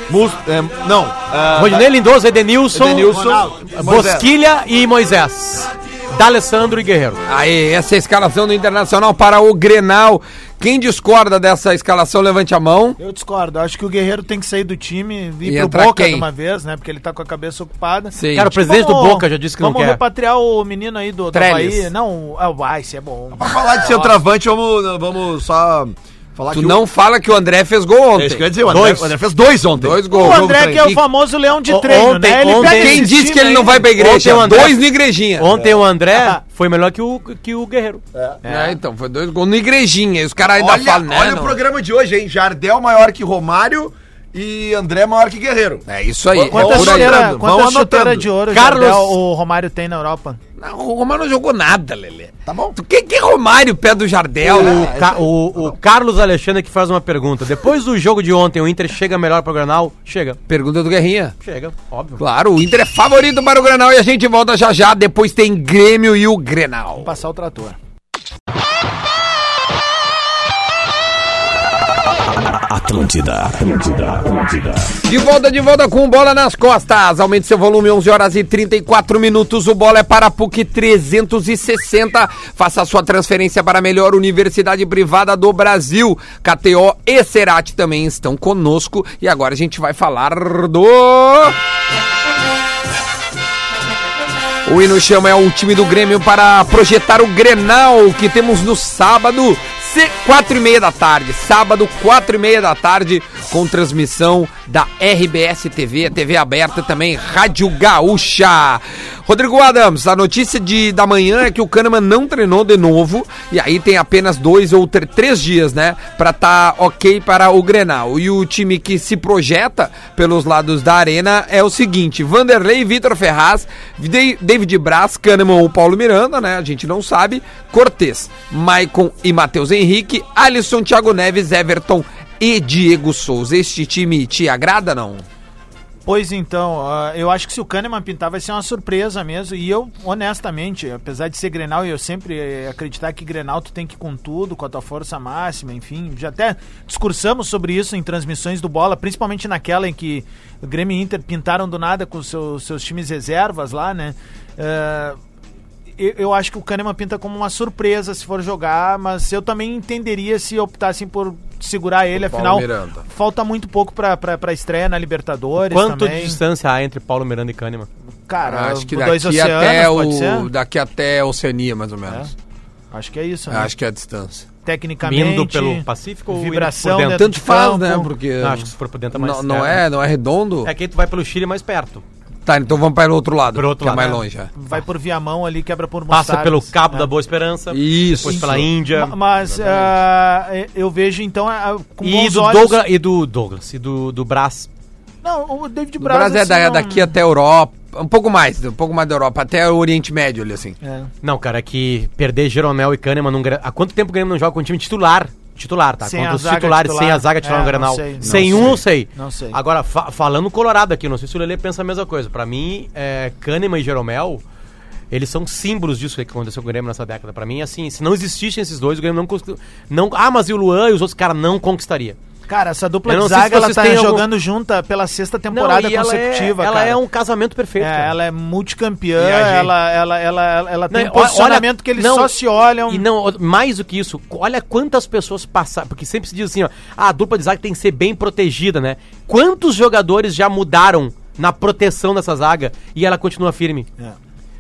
Speaker 4: Musto, é, não. ah,
Speaker 5: Rodinei, Lindoso, Edenilson,
Speaker 4: Edenilson,
Speaker 5: Ronaldo,
Speaker 4: Moisés.
Speaker 5: Bosquilha e Moisés, D'Alessandro e Guerreiro.
Speaker 2: Aí, essa é a escalação do Internacional para o Grenal, Quem discorda dessa escalação, levante a mão.
Speaker 7: Eu discordo. Acho que o Guerreiro tem que sair do time e
Speaker 2: E
Speaker 7: ir pro
Speaker 2: entrar
Speaker 7: Boca
Speaker 2: quem?
Speaker 7: de uma vez, né? Porque ele tá com a cabeça ocupada.
Speaker 2: Sim.
Speaker 5: Cara, o presidente do
Speaker 7: Vamos-
Speaker 5: Boca já disse que não
Speaker 7: vamos
Speaker 5: quer.
Speaker 7: repatriar o menino aí do, do
Speaker 5: Trellis.
Speaker 7: Havaí. Não, o- ah, o Ice é bom.
Speaker 8: Pra falar de centroavante, vamos, vamos só falar
Speaker 2: Tu
Speaker 8: que
Speaker 2: não fala que o André fez gol
Speaker 8: o... É
Speaker 2: ontem.
Speaker 8: isso que eu ia dizer, o André,
Speaker 5: Dois.
Speaker 8: o André fez dois ontem.
Speaker 2: Dois
Speaker 7: O
Speaker 2: gols.
Speaker 7: André que é o
Speaker 2: E
Speaker 7: famoso leão de
Speaker 5: O-
Speaker 7: treino, né? Ele
Speaker 5: ontem-
Speaker 7: pega
Speaker 5: ontem-
Speaker 2: Quem
Speaker 7: esse
Speaker 2: disse que
Speaker 7: time
Speaker 2: ele não
Speaker 7: aí.
Speaker 2: vai pra igreja?
Speaker 5: Ontem o André-
Speaker 2: Dois no igrejinha.
Speaker 5: Ontem o
Speaker 8: Ah, tá.
Speaker 5: André foi melhor que o, que o Guerreiro.
Speaker 2: É, então, foi dois gols no igrejinha. E os caras ainda
Speaker 8: Olha,
Speaker 2: falam, né?
Speaker 8: olha
Speaker 2: não.
Speaker 8: o programa de hoje, hein? Jardel maior que Romário e André maior que Guerreiro.
Speaker 2: É isso aí.
Speaker 8: Quantas
Speaker 2: Por
Speaker 7: Quantas
Speaker 2: aí.
Speaker 7: chuteiras
Speaker 8: anotando,
Speaker 7: quantas
Speaker 8: vão
Speaker 7: chuteira
Speaker 8: anotando.
Speaker 7: de ouro
Speaker 5: Carlos-
Speaker 7: Jardel, o Romário tem na Europa?
Speaker 2: Não, o Romário não jogou nada, Lelê.
Speaker 8: Tá bom. É.
Speaker 2: Tu, que, que Romário, pé do Jardel, né?
Speaker 5: O, Ca- o- o Carlos Alexandre que faz uma pergunta. Depois do jogo de ontem, o Inter chega melhor pro Granal? Chega.
Speaker 2: Pergunta do Guerrinha.
Speaker 5: Chega, óbvio.
Speaker 2: Claro, o Inter é favorito para o Grenal e a gente volta já já. Depois tem Grêmio e o Grenal.
Speaker 7: Passar o trator.
Speaker 1: Atlântida, Atlântida, Atlântida.
Speaker 2: De volta, de volta com bola nas costas. Aumente seu volume, 11 horas e 34 minutos. O bola é para a PUC 360. Faça sua transferência para a melhor universidade privada do Brasil. KTO e Cerati também estão conosco. E agora a gente vai falar do. O Hino Chama é o time do Grêmio para projetar o Grenal, que temos no sábado, se- quatro e meia da tarde. Sábado, quatro e meia da tarde, com transmissão da RBS TV, TV aberta também, Rádio Gaúcha. Rodrigo Adams, a notícia de, da manhã é que o Kahneman não treinou de novo, e aí tem apenas dois ou tre- três dias, né, para tá ok para o Grenal. E o time que se projeta pelos lados da arena é o seguinte, Vanderlei, Vitor Ferraz, De- David Braz, Kahneman ou Paulo Miranda, né? A gente não sabe. Cortez, Maicon e Matheus Henrique, Alisson, Thiago Neves, Everton e Diego Souza. Este time te agrada, não?
Speaker 7: Pois então, ah, eu acho que se o Kahneman pintar vai ser uma surpresa mesmo. E eu, honestamente, apesar de ser Grenal e eu sempre eh, acreditar que Grenal tu tem que ir com tudo, com a tua força máxima, enfim, já até discursamos sobre isso em transmissões do Bola, principalmente naquela em que o Grêmio e Inter pintaram do nada com seus, seus times reservas lá, né? Ah, eu, eu acho que o Kahneman pinta como uma surpresa se for jogar, mas eu também entenderia se optassem por segurar ele, afinal
Speaker 2: Miranda.
Speaker 7: falta muito pouco pra, pra, pra estreia na Libertadores
Speaker 5: Quanto de
Speaker 7: também.
Speaker 5: distância há entre Paulo Miranda e Kahneman?
Speaker 7: Cara,
Speaker 2: Ah,
Speaker 5: Ah,
Speaker 2: Acho que
Speaker 7: dois
Speaker 2: daqui
Speaker 7: oceanos,
Speaker 2: até
Speaker 7: pode ser?
Speaker 2: o daqui até a Oceania, mais ou menos.
Speaker 7: Acho que é isso, né?
Speaker 5: tá.
Speaker 2: Acho que é a distância.
Speaker 7: Tecnicamente,
Speaker 5: Vindo pelo Pacífico ou indo
Speaker 7: vibração
Speaker 5: por dentro?
Speaker 7: dentro
Speaker 2: Tanto faz,
Speaker 7: campo.
Speaker 2: né? Porque
Speaker 5: Então, Não, acho que se for por dentro é mais
Speaker 2: não, não
Speaker 5: é.
Speaker 2: é, não é redondo.
Speaker 5: É que aí tu vai pelo Chile mais perto.
Speaker 2: Tá, então vamos para o outro lado,
Speaker 5: Pro outro
Speaker 2: que
Speaker 5: lado,
Speaker 2: é mais
Speaker 5: né?
Speaker 2: longe. é.
Speaker 7: Vai por Viamão ali, quebra por
Speaker 5: Passa
Speaker 7: Mostardas,
Speaker 5: pelo Cabo
Speaker 7: né?
Speaker 5: da Boa Esperança.
Speaker 2: Isso.
Speaker 5: Depois pela Índia.
Speaker 7: Ma- Mas ah, eu vejo então ah, com
Speaker 5: E
Speaker 7: bons
Speaker 5: do,
Speaker 7: olhos...
Speaker 5: Douglas, e do Douglas, e do, do Brás.
Speaker 7: Não, o David
Speaker 2: O Brasil é
Speaker 7: assim,
Speaker 2: da-
Speaker 7: não-
Speaker 2: daqui até a Europa, um pouco mais, um pouco mais da Europa, até o Oriente Médio, ali assim.
Speaker 7: É.
Speaker 5: Não, cara, que perder Jeromel e Kahneman num Gre- Há quanto tempo o Grêmio não joga com um time titular? Titular, tá?
Speaker 7: Sem
Speaker 5: Contra
Speaker 7: a
Speaker 5: os
Speaker 7: zaga
Speaker 5: titulares,
Speaker 7: titular.
Speaker 5: sem a zaga titular
Speaker 7: É,
Speaker 5: no
Speaker 7: não
Speaker 5: Grenal.
Speaker 7: sei, não
Speaker 5: sem um, eu sei.
Speaker 7: Não sei.
Speaker 5: Agora, fa- falando Colorado aqui, não sei se o Lelê pensa a mesma coisa. Pra mim, é, Kahneman e Jeromel, eles são símbolos disso que aconteceu com o Grêmio nessa década. Pra mim, assim, se não existissem esses dois, o Grêmio não, conquist- não... Ah, mas e o Luan e os outros caras não conquistaria.
Speaker 7: Cara, essa dupla
Speaker 5: Eu não
Speaker 7: de
Speaker 5: sei se
Speaker 7: zaga ela
Speaker 5: vocês
Speaker 7: tá
Speaker 5: têm algum-
Speaker 7: jogando junta pela sexta temporada
Speaker 5: Não, e ela é-
Speaker 7: consecutiva,
Speaker 5: ela é,
Speaker 7: cara.
Speaker 5: um casamento perfeito. cara.
Speaker 7: É, ela é multicampeã,
Speaker 5: E a gente-
Speaker 7: ela, ela, ela, ela, ela tem
Speaker 5: Não,
Speaker 7: um posicionamento
Speaker 5: olha-
Speaker 7: que eles
Speaker 5: não,
Speaker 7: só se olham.
Speaker 5: E não, ó, mais do que isso, olha quantas pessoas passaram. Porque sempre se diz assim, ó, "Ah, a dupla de zaga tem que ser bem protegida, né? Quantos jogadores já mudaram na proteção dessa zaga e ela continua firme?
Speaker 7: É.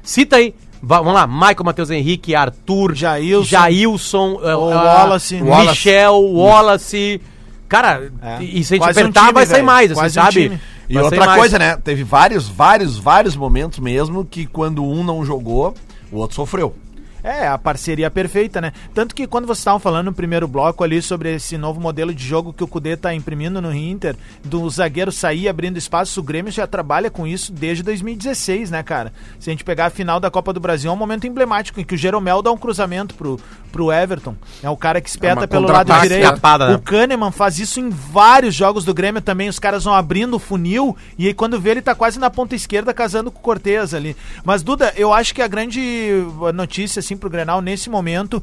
Speaker 5: Cita aí. Va- Vamos lá, Michael, Matheus Henrique, Arthur,
Speaker 7: Jailson.
Speaker 5: Jailson eh,
Speaker 7: O
Speaker 5: ah,
Speaker 7: Wallace.
Speaker 5: Michel, Wallace. Cara,
Speaker 7: É.
Speaker 5: e se a gente
Speaker 7: Quase um
Speaker 5: apertar,
Speaker 7: time,
Speaker 5: vai sair
Speaker 7: velho.
Speaker 5: mais, assim,
Speaker 7: Quase um
Speaker 5: sabe?
Speaker 7: time.
Speaker 8: E
Speaker 5: Vai sair
Speaker 8: outra
Speaker 5: mais.
Speaker 8: coisa, né? Teve vários, vários, vários momentos mesmo que quando um não jogou, o outro sofreu.
Speaker 7: É, a parceria perfeita, né? Tanto que quando vocês estavam falando no primeiro bloco ali sobre esse novo modelo de jogo que o Kudê tá imprimindo no Inter, do zagueiro sair abrindo espaço, o Grêmio já trabalha com isso desde 2016, né, cara? Se a gente pegar a final da Copa do Brasil, é um momento emblemático em que o Jeromel dá um cruzamento pro, pro Everton. É o cara que espeta
Speaker 2: uma
Speaker 7: pelo lado
Speaker 2: contra-ataque,
Speaker 7: direito.
Speaker 5: escapada, né?
Speaker 7: O Kahneman faz isso em vários jogos do Grêmio também. Os caras vão abrindo o funil e aí quando vê ele tá quase na ponta esquerda casando com o Cortez ali. Mas Duda, eu acho que a grande notícia assim pro Grenal nesse momento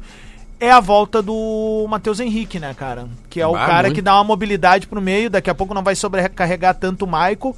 Speaker 7: é a volta do Matheus Henrique, né, cara? Que é o
Speaker 2: Ah,
Speaker 7: cara
Speaker 2: muito.
Speaker 7: que dá uma mobilidade pro meio, daqui a pouco não vai sobrecarregar tanto o Michael.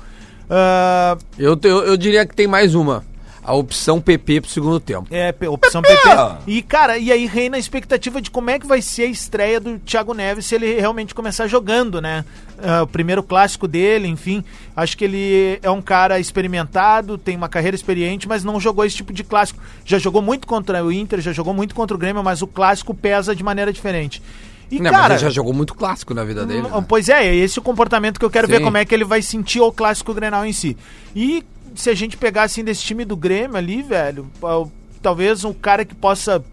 Speaker 7: Ah,
Speaker 2: Eu, eu, eu diria que tem mais uma. a opção PP pro segundo tempo.
Speaker 7: É, pe- opção PP. E, cara, e aí reina a expectativa de como é que vai ser a estreia do Thiago Neves se ele realmente começar jogando, né? Ah, o primeiro clássico dele, enfim. Acho que ele é um cara experimentado, tem uma carreira experiente, mas não jogou esse tipo de clássico. Já jogou muito contra o Inter, já jogou muito contra o Grêmio, mas o clássico pesa de maneira diferente. E,
Speaker 2: Não,
Speaker 7: cara.
Speaker 2: Né, mas ele já jogou muito clássico na vida dele.
Speaker 7: Hum,
Speaker 2: né?
Speaker 7: Pois é, é esse o comportamento que eu quero ver
Speaker 2: Sim.
Speaker 7: como é que ele vai sentir o clássico Grenal em si. E se a gente pegar assim desse time do Grêmio ali, velho, pau- talvez um cara que possa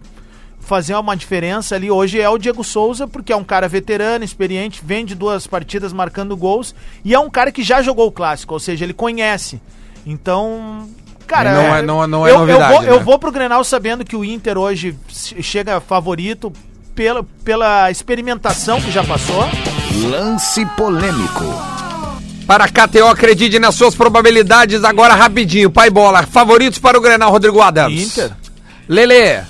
Speaker 7: fazer uma diferença ali hoje é o Diego Souza, porque é um cara veterano, experiente, vende duas partidas marcando gols e é um cara que já jogou o clássico, ou seja, ele conhece. Então, cara,
Speaker 2: Não é- não é- não é
Speaker 7: eu,
Speaker 2: novidade,
Speaker 7: eu vou, eu
Speaker 2: né?
Speaker 7: vou pro Grenal sabendo que o Inter hoje che- chega favorito pela, pela experimentação que já passou.
Speaker 1: Lance polêmico.
Speaker 2: Para a KTO, acredite nas suas probabilidades agora rapidinho. Pai bola, favoritos para o Grenal, Rodrigo Adams.
Speaker 7: Inter.
Speaker 2: Lele,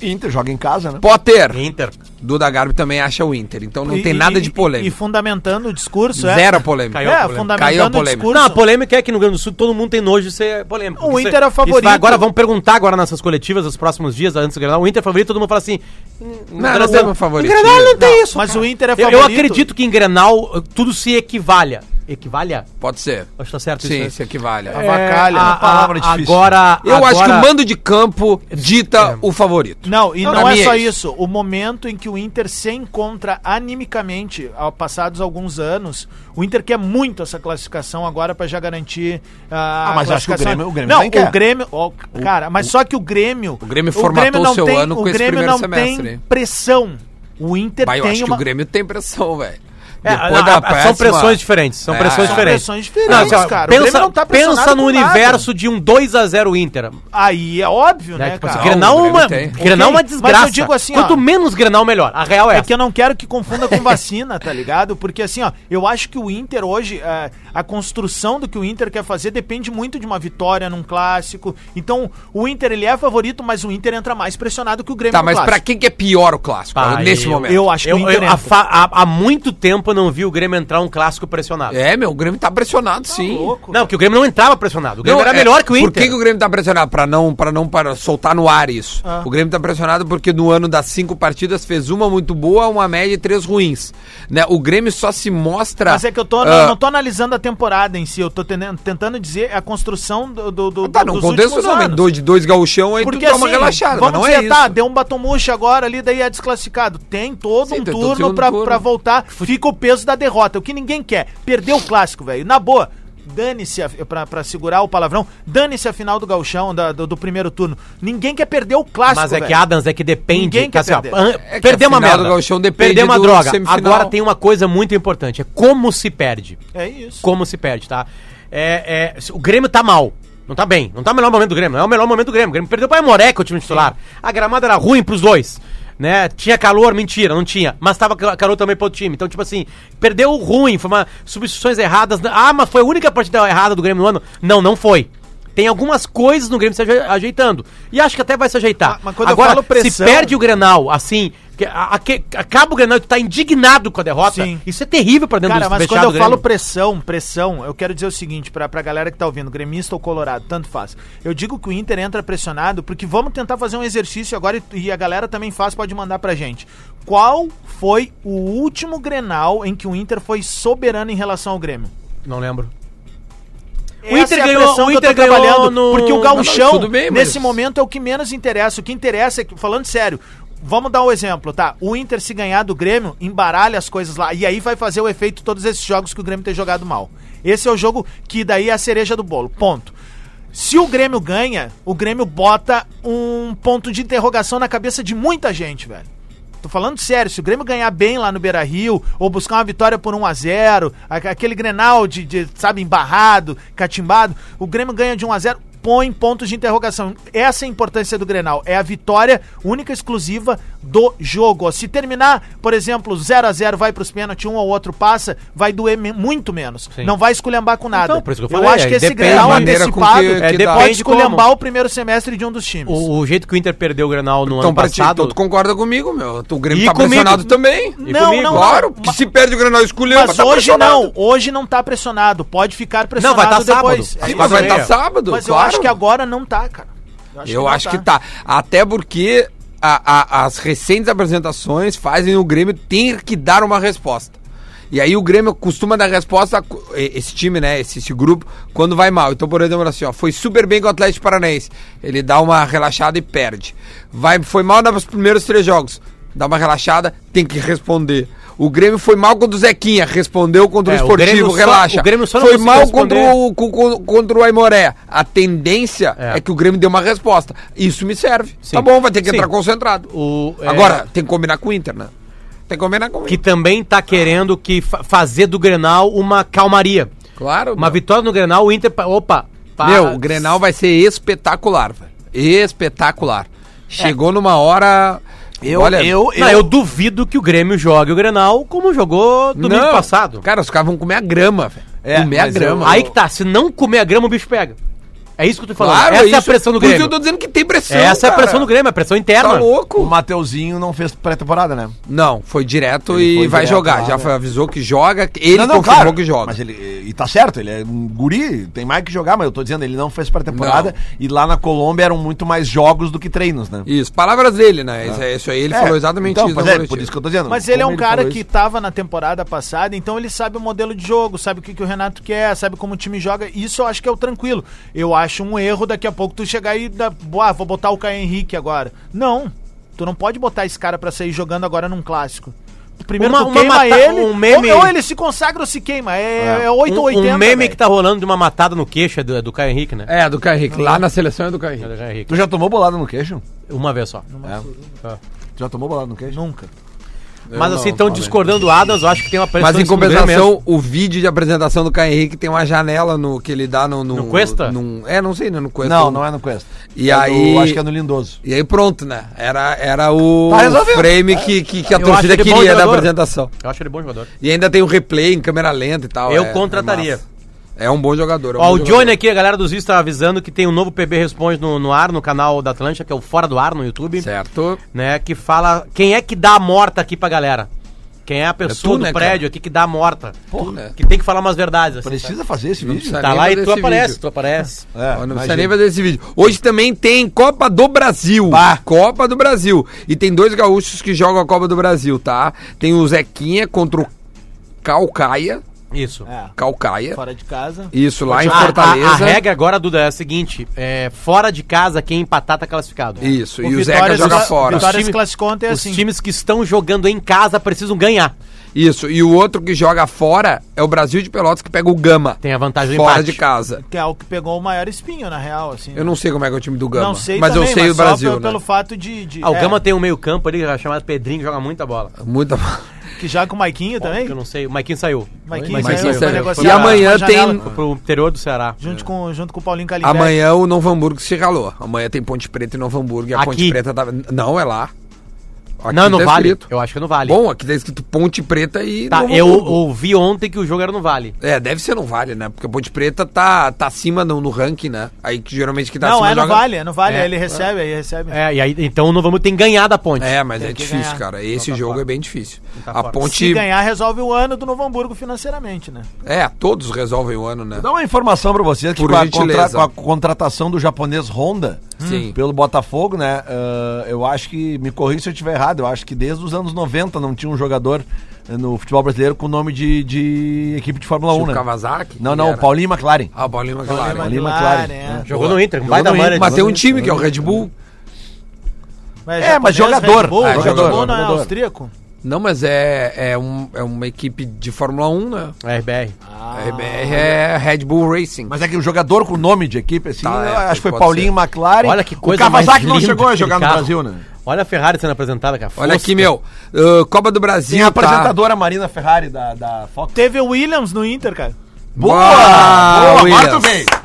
Speaker 8: Inter joga em casa, né?
Speaker 2: Potter.
Speaker 5: Inter.
Speaker 2: Duda Garbi também acha o Inter, então não
Speaker 7: E-
Speaker 2: tem
Speaker 7: e-
Speaker 2: nada
Speaker 7: e-
Speaker 2: de
Speaker 7: E
Speaker 2: polêmica.
Speaker 7: fundamentando o discurso, é?
Speaker 2: Zero polêmica.
Speaker 5: Caiu a
Speaker 7: é,
Speaker 5: polêmica.
Speaker 2: Caiu a
Speaker 7: fundamentando o
Speaker 2: polêmica.
Speaker 7: discurso.
Speaker 5: Não, a polêmica é que no Rio Grande do Sul todo mundo tem nojo de ser polêmico.
Speaker 7: O
Speaker 5: Isso
Speaker 7: Inter é o
Speaker 5: isso
Speaker 7: favorito.
Speaker 5: vai- agora vão perguntar agora nessas coletivas, nos próximos dias, antes do Grenal. O Inter é favorito, todo mundo fala assim...
Speaker 2: não
Speaker 5: nós
Speaker 2: tem
Speaker 5: temos-
Speaker 2: um favorito.
Speaker 5: O Grenal não tem
Speaker 7: Não,
Speaker 5: isso,
Speaker 7: mas
Speaker 5: cara.
Speaker 7: o Inter é
Speaker 5: Eu- Eu,
Speaker 7: favorito.
Speaker 5: acredito que em Grenal eh, tudo se equivalha. Equivalha?
Speaker 2: Pode ser.
Speaker 5: Acho que tá certo
Speaker 2: Sim,
Speaker 5: né?
Speaker 2: isso equivale.
Speaker 7: Avacalha,
Speaker 5: É,
Speaker 7: uma
Speaker 5: a-
Speaker 7: palavra
Speaker 5: a-
Speaker 7: difícil.
Speaker 5: Agora,
Speaker 2: Eu acho que o
Speaker 5: agora-
Speaker 2: mando de campo dita o favorito.
Speaker 7: É. Não, e
Speaker 2: Pra
Speaker 7: não,
Speaker 2: mim
Speaker 7: é
Speaker 2: é
Speaker 7: só
Speaker 2: isso.
Speaker 7: isso. O momento em que o Inter se encontra animicamente, ao passados alguns anos, o Inter quer muito essa classificação agora pra já garantir ah, a
Speaker 8: Ah, mas acho que o
Speaker 7: classificação.
Speaker 8: Grêmio- o Grêmio
Speaker 7: não,
Speaker 8: também quer.
Speaker 7: o Grêmio, ó, cara, mas só que o Grêmio, o
Speaker 2: Grêmio formatou
Speaker 7: não
Speaker 2: seu
Speaker 7: tem-
Speaker 2: ano com
Speaker 7: o
Speaker 2: esse
Speaker 7: Grêmio
Speaker 2: primeiro
Speaker 7: não
Speaker 2: semestre,
Speaker 7: tem
Speaker 2: né?
Speaker 7: pressão. O Inter
Speaker 2: Mas eu
Speaker 7: tem
Speaker 2: acho que
Speaker 7: uma
Speaker 2: o Grêmio tem pressão, velho.
Speaker 5: É,
Speaker 2: Depois
Speaker 5: não,
Speaker 2: da
Speaker 5: a- são
Speaker 2: péssima-
Speaker 5: pressões diferentes. São
Speaker 2: É,
Speaker 5: pressões
Speaker 2: são
Speaker 5: diferentes.
Speaker 7: pressões diferentes,
Speaker 5: Não, assim, ó,
Speaker 7: cara. O
Speaker 5: Pensa,
Speaker 7: Grêmio não tá pressionado
Speaker 5: pensa no
Speaker 7: com nada.
Speaker 5: universo de um 2x0 Inter.
Speaker 7: Aí é óbvio,
Speaker 5: Né?
Speaker 7: né,
Speaker 5: Tipo,
Speaker 7: cara?
Speaker 5: assim, Grenal,
Speaker 2: o
Speaker 5: é
Speaker 2: Grêmio
Speaker 5: uma,
Speaker 2: tem.
Speaker 5: Grenal é uma
Speaker 7: Ok, mas eu
Speaker 5: desgraça.
Speaker 7: digo assim,
Speaker 5: Quanto
Speaker 7: ó.
Speaker 5: menos Grenal, melhor. A real é,
Speaker 7: É
Speaker 5: essa.
Speaker 7: que eu não quero que confunda com vacina, tá ligado? Porque assim, ó, eu acho que o Inter hoje, é, a construção do que o Inter quer fazer depende muito de uma vitória num clássico. Então, o Inter ele é favorito, mas o Inter entra mais pressionado que o Grêmio
Speaker 2: Tá,
Speaker 7: no
Speaker 2: mas pra
Speaker 7: clássico. Tá,
Speaker 2: quem que é pior o clássico?
Speaker 5: Pá,
Speaker 2: nesse
Speaker 5: eu-
Speaker 2: momento.
Speaker 7: Eu acho que
Speaker 5: Eu-
Speaker 7: o
Speaker 5: eu-
Speaker 7: Inter
Speaker 5: há,
Speaker 7: entra.
Speaker 5: fa- há- há muito tempo eu não vi o Grêmio entrar um clássico pressionado.
Speaker 2: É, meu, o Grêmio tá pressionado, sim.
Speaker 7: louco.
Speaker 5: Não, que o Grêmio não entrava pressionado. O Grêmio era
Speaker 2: é,
Speaker 5: melhor que o Inter.
Speaker 2: Por que, que o Grêmio tá pressionado? Pra não, pra não para soltar no ar isso.
Speaker 7: Ah.
Speaker 2: O Grêmio tá pressionado porque no ano das cinco partidas fez uma muito boa, uma média e três ruins. Né? O Grêmio só se mostra.
Speaker 7: Mas é que eu tô,
Speaker 2: ah,
Speaker 7: não, não tô analisando a temporada em si, eu tô tenen- tentando dizer a construção do, do, do
Speaker 2: Tá,
Speaker 7: do-
Speaker 2: num
Speaker 7: dos
Speaker 2: contexto
Speaker 7: últimos
Speaker 2: não, mas
Speaker 7: anos.
Speaker 2: dois, de dois gauchão aí
Speaker 7: Porque
Speaker 2: tu dá
Speaker 7: assim,
Speaker 2: uma relaxada, mas
Speaker 7: vamos
Speaker 2: não
Speaker 7: dizer,
Speaker 2: é isso.
Speaker 7: tá, deu um batom murcho agora ali, daí é desclassificado. Tem todo
Speaker 2: Sim,
Speaker 7: um
Speaker 2: tem todo
Speaker 7: turno
Speaker 2: segundo
Speaker 7: pra,
Speaker 2: turno.
Speaker 7: pra voltar, fica o peso da derrota, é o que ninguém quer. Perder o clássico, velho, na boa. Dane-se, a- pra, pra segurar o palavrão, dane-se a final do gauchão, da- do, do primeiro turno. Ninguém quer perder o clássico,
Speaker 5: Mas é que,
Speaker 7: velho.
Speaker 5: Adams, é que depende.
Speaker 7: Ninguém quer
Speaker 5: assim, ó,
Speaker 7: perder.
Speaker 5: an-
Speaker 2: É que
Speaker 5: perder
Speaker 2: a
Speaker 5: uma
Speaker 2: final
Speaker 5: merda.
Speaker 2: do Gauchão depende
Speaker 5: perder uma
Speaker 2: do
Speaker 5: droga.
Speaker 2: semifinal.
Speaker 5: Agora tem uma coisa muito importante. É como se perde.
Speaker 7: É isso.
Speaker 5: Como se perde, tá? É, é, se- o Grêmio tá mal. Não tá bem. Não tá o melhor momento do Grêmio. Não é o melhor momento do Grêmio. O Grêmio perdeu pra Moré, que é o time titular. A gramada era ruim pros dois. Né? Tinha calor, mentira, não tinha. Mas tava ca- calor também pro outro time. Então, tipo assim, perdeu ruim, foi uma substituições erradas. Ah, mas foi a única partida errada do Grêmio no ano? Não, não foi. Tem algumas coisas no Grêmio se aje- ajeitando. E acho que até vai se ajeitar.
Speaker 7: Mas- mas quando eu
Speaker 5: Agora,
Speaker 7: falo pressão-
Speaker 5: se perde o Grenal, assim, que- a- a- que- acaba o Grenal e tu tá indignado com a derrota,
Speaker 7: Sim.
Speaker 5: isso é terrível pra dentro
Speaker 7: Cara, mas
Speaker 5: vestiário
Speaker 7: quando eu
Speaker 5: do
Speaker 7: falo
Speaker 5: Grêmio.
Speaker 7: pressão, pressão, eu quero dizer o seguinte pra, pra galera que tá ouvindo, gremista ou colorado, tanto faz. Eu digo que o Inter entra pressionado porque vamos tentar fazer um exercício agora e, e a galera também faz, pode mandar pra gente. Qual foi o último Grenal em que o Inter foi soberano em relação ao Grêmio?
Speaker 5: Não lembro.
Speaker 7: O Inter ganhou, o Inter
Speaker 5: ganhou
Speaker 7: trabalhando
Speaker 5: no-
Speaker 7: porque o
Speaker 2: Não,
Speaker 7: gauchão
Speaker 2: tudo bem, mas-
Speaker 7: nesse momento é o que menos interessa. O que interessa é que falando sério, vamos dar um exemplo, tá? O Inter se ganhar do Grêmio embaralha as coisas lá e aí vai fazer o efeito todos esses jogos que o Grêmio tem jogado mal. Esse é o jogo que daí é a cereja do bolo. Ponto. Se o Grêmio ganha, o Grêmio bota um ponto de interrogação na cabeça de muita gente, velho. Tô falando sério, se o Grêmio ganhar bem lá no Beira Rio, ou buscar uma vitória por 1 a 0 a- aquele Grenal de, de, sabe, embarrado, catimbado, o Grêmio ganha de 1 a 0 põe pontos de interrogação. Essa é a importância do Grenal, é a vitória única e exclusiva do jogo. Se terminar, por exemplo, 0 a 0 vai pros pênaltis, um ou outro passa, vai doer me- muito menos. Não vai esculhambar com nada.
Speaker 5: Então, por isso que eu falei,
Speaker 7: acho que
Speaker 5: é,
Speaker 7: esse
Speaker 5: depende
Speaker 7: Grenal
Speaker 2: da maneira com
Speaker 7: Tá antecipado
Speaker 2: que- que
Speaker 5: É,
Speaker 2: dá.
Speaker 5: depende
Speaker 7: pode esculhambar o primeiro semestre de um dos times.
Speaker 5: O, o jeito que o Inter perdeu o Grenal no
Speaker 2: Então,
Speaker 5: um ano
Speaker 2: pra ti, então
Speaker 5: passado.
Speaker 2: tu concorda comigo, meu. Tu- O Grêmio
Speaker 5: E
Speaker 2: tá
Speaker 5: comigo.
Speaker 2: pressionado também.
Speaker 5: E comigo?
Speaker 2: Claro, porque se perde o Granal escolheu,
Speaker 7: Mas hoje não, hoje não tá pressionado, pode ficar pressionado
Speaker 5: vai tá sábado.
Speaker 7: depois.
Speaker 5: Às
Speaker 7: É
Speaker 2: Mas
Speaker 7: isso
Speaker 2: vai
Speaker 7: aí.
Speaker 5: tá
Speaker 2: estar sábado,
Speaker 7: Mas eu
Speaker 2: claro.
Speaker 7: acho que agora não tá, cara.
Speaker 2: Eu acho que tá. Até porque a- a- as recentes apresentações fazem o Grêmio ter que dar uma resposta. E aí o Grêmio costuma dar resposta, cu- e- esse time, né, esse, esse grupo, quando vai mal. Então, por exemplo, assim, ó, foi super bem com o Atlético Paranaense. Ele dá uma relaxada e perde. Vai, foi mal nos primeiros três jogos. Dá uma relaxada, tem que responder. O Grêmio foi mal contra o Zequinha, respondeu contra
Speaker 5: É,
Speaker 2: o
Speaker 5: o
Speaker 2: Esportivo,
Speaker 5: Grêmio só-
Speaker 2: relaxa.
Speaker 5: o Grêmio só não
Speaker 2: foi
Speaker 5: conseguiu
Speaker 2: mal
Speaker 5: responder.
Speaker 2: contra o o- co- co- contra o Aimoré. A tendência é.
Speaker 5: É.
Speaker 2: que o Grêmio dê uma resposta. Isso me serve.
Speaker 5: Sim.
Speaker 2: Tá bom, vai ter que
Speaker 5: Sim.
Speaker 2: entrar concentrado.
Speaker 5: O- é-
Speaker 2: Agora, tem que combinar com o Inter, né? Tem que combinar com o
Speaker 5: que
Speaker 2: Inter.
Speaker 5: também tá querendo que fa- fazer do Grenal uma calmaria.
Speaker 2: Claro.
Speaker 5: Uma
Speaker 2: meu.
Speaker 5: vitória no Grenal, o Inter. pa- Opa! pa-
Speaker 2: Meu, o Grenal vai ser espetacular, velho. Espetacular. Chegou numa hora...
Speaker 8: Eu- eu-
Speaker 5: Não, eu duvido que o Grêmio jogue o Grenal como jogou domingo
Speaker 2: Não.
Speaker 5: passado.
Speaker 2: Cara, os caras vão comer a grama, velho.
Speaker 8: É,
Speaker 2: comer a
Speaker 8: mas eu-
Speaker 2: grama.
Speaker 5: Aí que tá, se não comer a grama, o bicho pega. É isso que eu tô falando.
Speaker 2: Claro,
Speaker 5: Essa é a
Speaker 2: isso-
Speaker 5: pressão do
Speaker 2: Por isso
Speaker 5: Grêmio.
Speaker 2: eu tô dizendo que tem pressão,
Speaker 5: Essa é a
Speaker 2: cara.
Speaker 5: pressão do Grêmio, é a pressão interna.
Speaker 2: Tá
Speaker 8: O
Speaker 2: louco.
Speaker 8: Mateuzinho não fez pré-temporada, né?
Speaker 2: Não, foi direto
Speaker 8: Ele
Speaker 2: e
Speaker 8: foi
Speaker 2: vai
Speaker 8: direto
Speaker 2: jogar.
Speaker 8: lá,
Speaker 2: Já
Speaker 8: né?
Speaker 2: foi- avisou que joga. Ele
Speaker 8: não, não,
Speaker 2: confirmou
Speaker 8: claro.
Speaker 2: que joga.
Speaker 8: Mas ele, e tá certo, ele é um guri, tem mais que jogar, mas eu tô dizendo, ele não fez pré-temporada
Speaker 2: Não.
Speaker 8: e lá na Colômbia eram muito mais jogos do que treinos, né?
Speaker 2: Isso, palavras dele, né? Isso, é- isso aí ele
Speaker 8: É,
Speaker 2: falou exatamente
Speaker 8: então,
Speaker 2: isso. né,
Speaker 8: pois
Speaker 2: na
Speaker 8: é,
Speaker 2: coletiva.
Speaker 8: por isso que eu tô dizendo.
Speaker 7: Mas ele é
Speaker 8: Como
Speaker 7: um cara
Speaker 8: falou
Speaker 7: que
Speaker 8: isso?
Speaker 7: tava na temporada passada, então ele sabe o modelo de jogo, sabe o que, que o Renato quer, sabe como o time joga. Isso eu acho que é o tranquilo. Eu acho um erro daqui a pouco tu chegar e dar, ah, vou botar o Caio Henrique agora. Não. Tu não pode botar esse cara pra sair jogando agora num clássico. Primeiro
Speaker 5: Uma-
Speaker 7: tu
Speaker 5: uma
Speaker 7: queima
Speaker 5: mata-
Speaker 7: ele,
Speaker 5: um meme-
Speaker 7: ou, ou ele se consagra ou se queima. É, é. 8 ou
Speaker 5: Um,
Speaker 7: 80.
Speaker 5: um meme
Speaker 7: velho.
Speaker 5: que tá rolando de uma matada no queixo é do, é do Caio Henrique, né?
Speaker 2: É, do Caio Henrique. Lá na seleção é do Caio Henrique.
Speaker 5: Do Caio Henrique.
Speaker 8: Tu já tomou bolada no queixo?
Speaker 5: Uma vez só.
Speaker 8: Tu já tomou bolada no queixo?
Speaker 7: Nunca.
Speaker 5: Mas assim, estão discordando do Adams, eu acho que tem uma pressão
Speaker 2: Mas em
Speaker 5: cima do Grêmio mesmo.
Speaker 2: compensação, o vídeo de apresentação do Caio Henrique tem uma janela no, que ele dá no. No,
Speaker 5: No Cuesta?
Speaker 2: num- é, não sei, né? No Cuesta.
Speaker 8: Não, não é no Quest.
Speaker 2: E
Speaker 8: É no-
Speaker 2: aí.
Speaker 8: acho que é no Lindoso.
Speaker 2: E aí pronto, né? Era, era o
Speaker 8: Tá resolvido.
Speaker 2: frame que, que, que a
Speaker 5: Eu
Speaker 2: torcida
Speaker 5: acho ele bom
Speaker 2: queria da
Speaker 5: jogador.
Speaker 2: apresentação.
Speaker 5: Eu acho ele bom jogador.
Speaker 2: E ainda tem o replay em câmera lenta e tal.
Speaker 5: Eu
Speaker 2: é-
Speaker 5: contrataria.
Speaker 2: É, massa. É um bom jogador. é um
Speaker 5: Ó,
Speaker 2: bom
Speaker 5: o
Speaker 2: jogador.
Speaker 5: Johnny aqui, a galera do Ziz tá avisando que tem um novo PB Responde no, no ar, no canal da Atlântica, que é o Fora do Ar no YouTube.
Speaker 2: Certo.
Speaker 5: Né, que fala quem é que dá a morta aqui pra galera. Quem é a pessoa
Speaker 2: tu,
Speaker 5: do
Speaker 2: né,
Speaker 5: prédio aqui que dá a morta.
Speaker 2: Porra.
Speaker 5: Que tem que falar umas verdades. assim,
Speaker 8: Precisa fazer esse
Speaker 2: Não
Speaker 8: vídeo?
Speaker 2: precisa
Speaker 5: tá
Speaker 2: nem
Speaker 5: lá
Speaker 2: fazer
Speaker 5: e tu
Speaker 2: esse
Speaker 5: aparece,
Speaker 2: vídeo.
Speaker 5: tu aparece.
Speaker 8: É,
Speaker 2: Ó, não
Speaker 8: imagina.
Speaker 2: precisa nem fazer esse vídeo. Hoje também tem Copa do Brasil.
Speaker 8: Bah.
Speaker 2: Copa do Brasil. E tem dois gaúchos que jogam a Copa do Brasil, tá? Tem o Zequinha contra o Calcaia.
Speaker 5: Isso.
Speaker 7: É.
Speaker 2: Calcaia.
Speaker 7: Fora de casa.
Speaker 2: Isso, lá em
Speaker 5: A- a- A,
Speaker 2: Fortaleza.
Speaker 5: regra agora, Duda, é a seguinte: é, fora de casa, quem empatar tá classificado.
Speaker 2: Isso, e o Zeca
Speaker 7: Vitória se
Speaker 2: joga
Speaker 7: cla-
Speaker 2: fora.
Speaker 7: Vitória
Speaker 5: Os
Speaker 7: se
Speaker 5: time-
Speaker 7: classificou ontem é
Speaker 5: Os
Speaker 7: assim.
Speaker 5: times que estão jogando em casa precisam ganhar.
Speaker 2: Isso, e o outro que joga fora é o Brasil de Pelotas que pega o Gama.
Speaker 5: Tem a vantagem do
Speaker 2: fora de
Speaker 5: empate.
Speaker 2: casa.
Speaker 7: Que é o que pegou o maior espinho, na real, assim.
Speaker 2: Eu não sei como é que é o time do Gama.
Speaker 7: Não sei
Speaker 2: mas
Speaker 7: também,
Speaker 2: eu sei o
Speaker 7: só
Speaker 2: Brasil,
Speaker 7: pelo,
Speaker 2: né?
Speaker 7: pelo fato de... de-
Speaker 5: Ah, o
Speaker 7: é,
Speaker 5: Gama tem um meio-campo ali chamado Pedrinho, que joga muita bola.
Speaker 2: Muita...
Speaker 7: Que já com o Maiquinho também.
Speaker 5: Eu não sei, o Maiquinho saiu.
Speaker 7: Maiquinho um
Speaker 2: Mas
Speaker 7: saiu,
Speaker 2: isso
Speaker 7: foi
Speaker 2: é-
Speaker 7: negociado
Speaker 2: E amanhã
Speaker 7: na assim, janela,
Speaker 2: tem-
Speaker 5: Foi Pro interior do Ceará.
Speaker 7: Junto, com, junto com o Paulinho Calimberg.
Speaker 2: Amanhã o Novo Hamburgo se ralou. Amanhã tem Ponte Preta e Novo Hamburgo. E a
Speaker 5: Aqui.
Speaker 2: Ponte Preta tá... Não, é lá. Aqui
Speaker 5: não, no
Speaker 2: tá
Speaker 5: Vale.
Speaker 2: escrito.
Speaker 5: Eu acho que é no Vale.
Speaker 2: Bom, aqui tá escrito Ponte Preta e.
Speaker 5: tá,
Speaker 2: Novo
Speaker 5: eu
Speaker 2: Hamburgo.
Speaker 5: ouvi ontem que o jogo era no Vale.
Speaker 2: É, deve ser no Vale, né? Porque a Ponte Preta tá, tá acima no, no ranking, né? Aí que geralmente que tá
Speaker 7: não,
Speaker 2: acima
Speaker 7: é no
Speaker 2: joga-
Speaker 7: Vale, é no Vale.
Speaker 5: É.
Speaker 7: aí ele recebe, aí recebe.
Speaker 5: É, e aí, então o Novo Hamburgo tem que ganhar da ponte.
Speaker 2: É, mas é
Speaker 7: que
Speaker 2: difícil,
Speaker 7: ganhar.
Speaker 2: cara. Esse
Speaker 5: Então tá
Speaker 2: jogo
Speaker 5: fora.
Speaker 2: é bem difícil.
Speaker 5: tá
Speaker 2: a
Speaker 5: fora.
Speaker 7: Se
Speaker 2: Ponte.
Speaker 7: ganhar, resolve o ano do Novo Hamburgo financeiramente, né?
Speaker 2: É, todos resolvem o ano, né?
Speaker 4: Hum.
Speaker 8: Dá uma informação pra vocês que
Speaker 2: Por
Speaker 8: com a,
Speaker 2: gentileza.
Speaker 8: contra- com a contratação do japonês Honda
Speaker 2: Sim.
Speaker 8: pelo Botafogo, né? ah, eu acho que, me corri se eu estiver errado, eu acho que desde os anos 90 não tinha um jogador eh, no futebol brasileiro com o nome de, de equipe de
Speaker 4: um,
Speaker 8: Fórmula
Speaker 2: Tinha
Speaker 8: 1,
Speaker 2: o
Speaker 8: né?
Speaker 2: Tipo Kawasaki?
Speaker 8: Não,
Speaker 2: que
Speaker 8: não,
Speaker 2: era.
Speaker 8: o Paulinho McLaren.
Speaker 2: Ah, o Paulinho
Speaker 7: Paulinho
Speaker 2: McLaren.
Speaker 8: Paulinho
Speaker 7: McLaren,
Speaker 8: McLaren.
Speaker 7: é.
Speaker 8: né?
Speaker 5: Jogou no Inter,
Speaker 8: Jogou
Speaker 5: vai da
Speaker 8: no Inter,
Speaker 5: manager.
Speaker 2: Mas tem um time que é o Red Bull.
Speaker 8: É, mas
Speaker 7: japonês,
Speaker 8: jogador.
Speaker 7: Red Bull,
Speaker 2: Ah,
Speaker 7: Red
Speaker 2: jogador,
Speaker 7: Bull não é
Speaker 8: jogador.
Speaker 7: austríaco?
Speaker 2: Não, mas é, é, um, é uma equipe de Fórmula 1, né?
Speaker 5: É, RBR.
Speaker 2: A RBR é Red Bull Racing.
Speaker 8: Mas é que o jogador com nome de equipe, assim,
Speaker 2: Tá, é,
Speaker 8: eu acho que foi
Speaker 2: pode
Speaker 8: Paulinho
Speaker 2: ser.
Speaker 8: McLaren.
Speaker 5: Olha que coisa
Speaker 8: O Kawasaki
Speaker 5: mais
Speaker 8: não
Speaker 5: linda
Speaker 8: chegou a
Speaker 5: aquele
Speaker 8: jogar no
Speaker 5: carro.
Speaker 8: Brasil, né?
Speaker 5: Olha a Ferrari sendo apresentada, cara.
Speaker 2: Olha aqui,
Speaker 5: Fosca.
Speaker 2: meu. ah, Copa do Brasil.
Speaker 8: Sim, a
Speaker 2: tá?
Speaker 8: apresentadora Marina Ferrari da, da Fox.
Speaker 7: Teve o Williams no Inter, cara.
Speaker 2: Boa!
Speaker 8: Boa,
Speaker 2: Williams.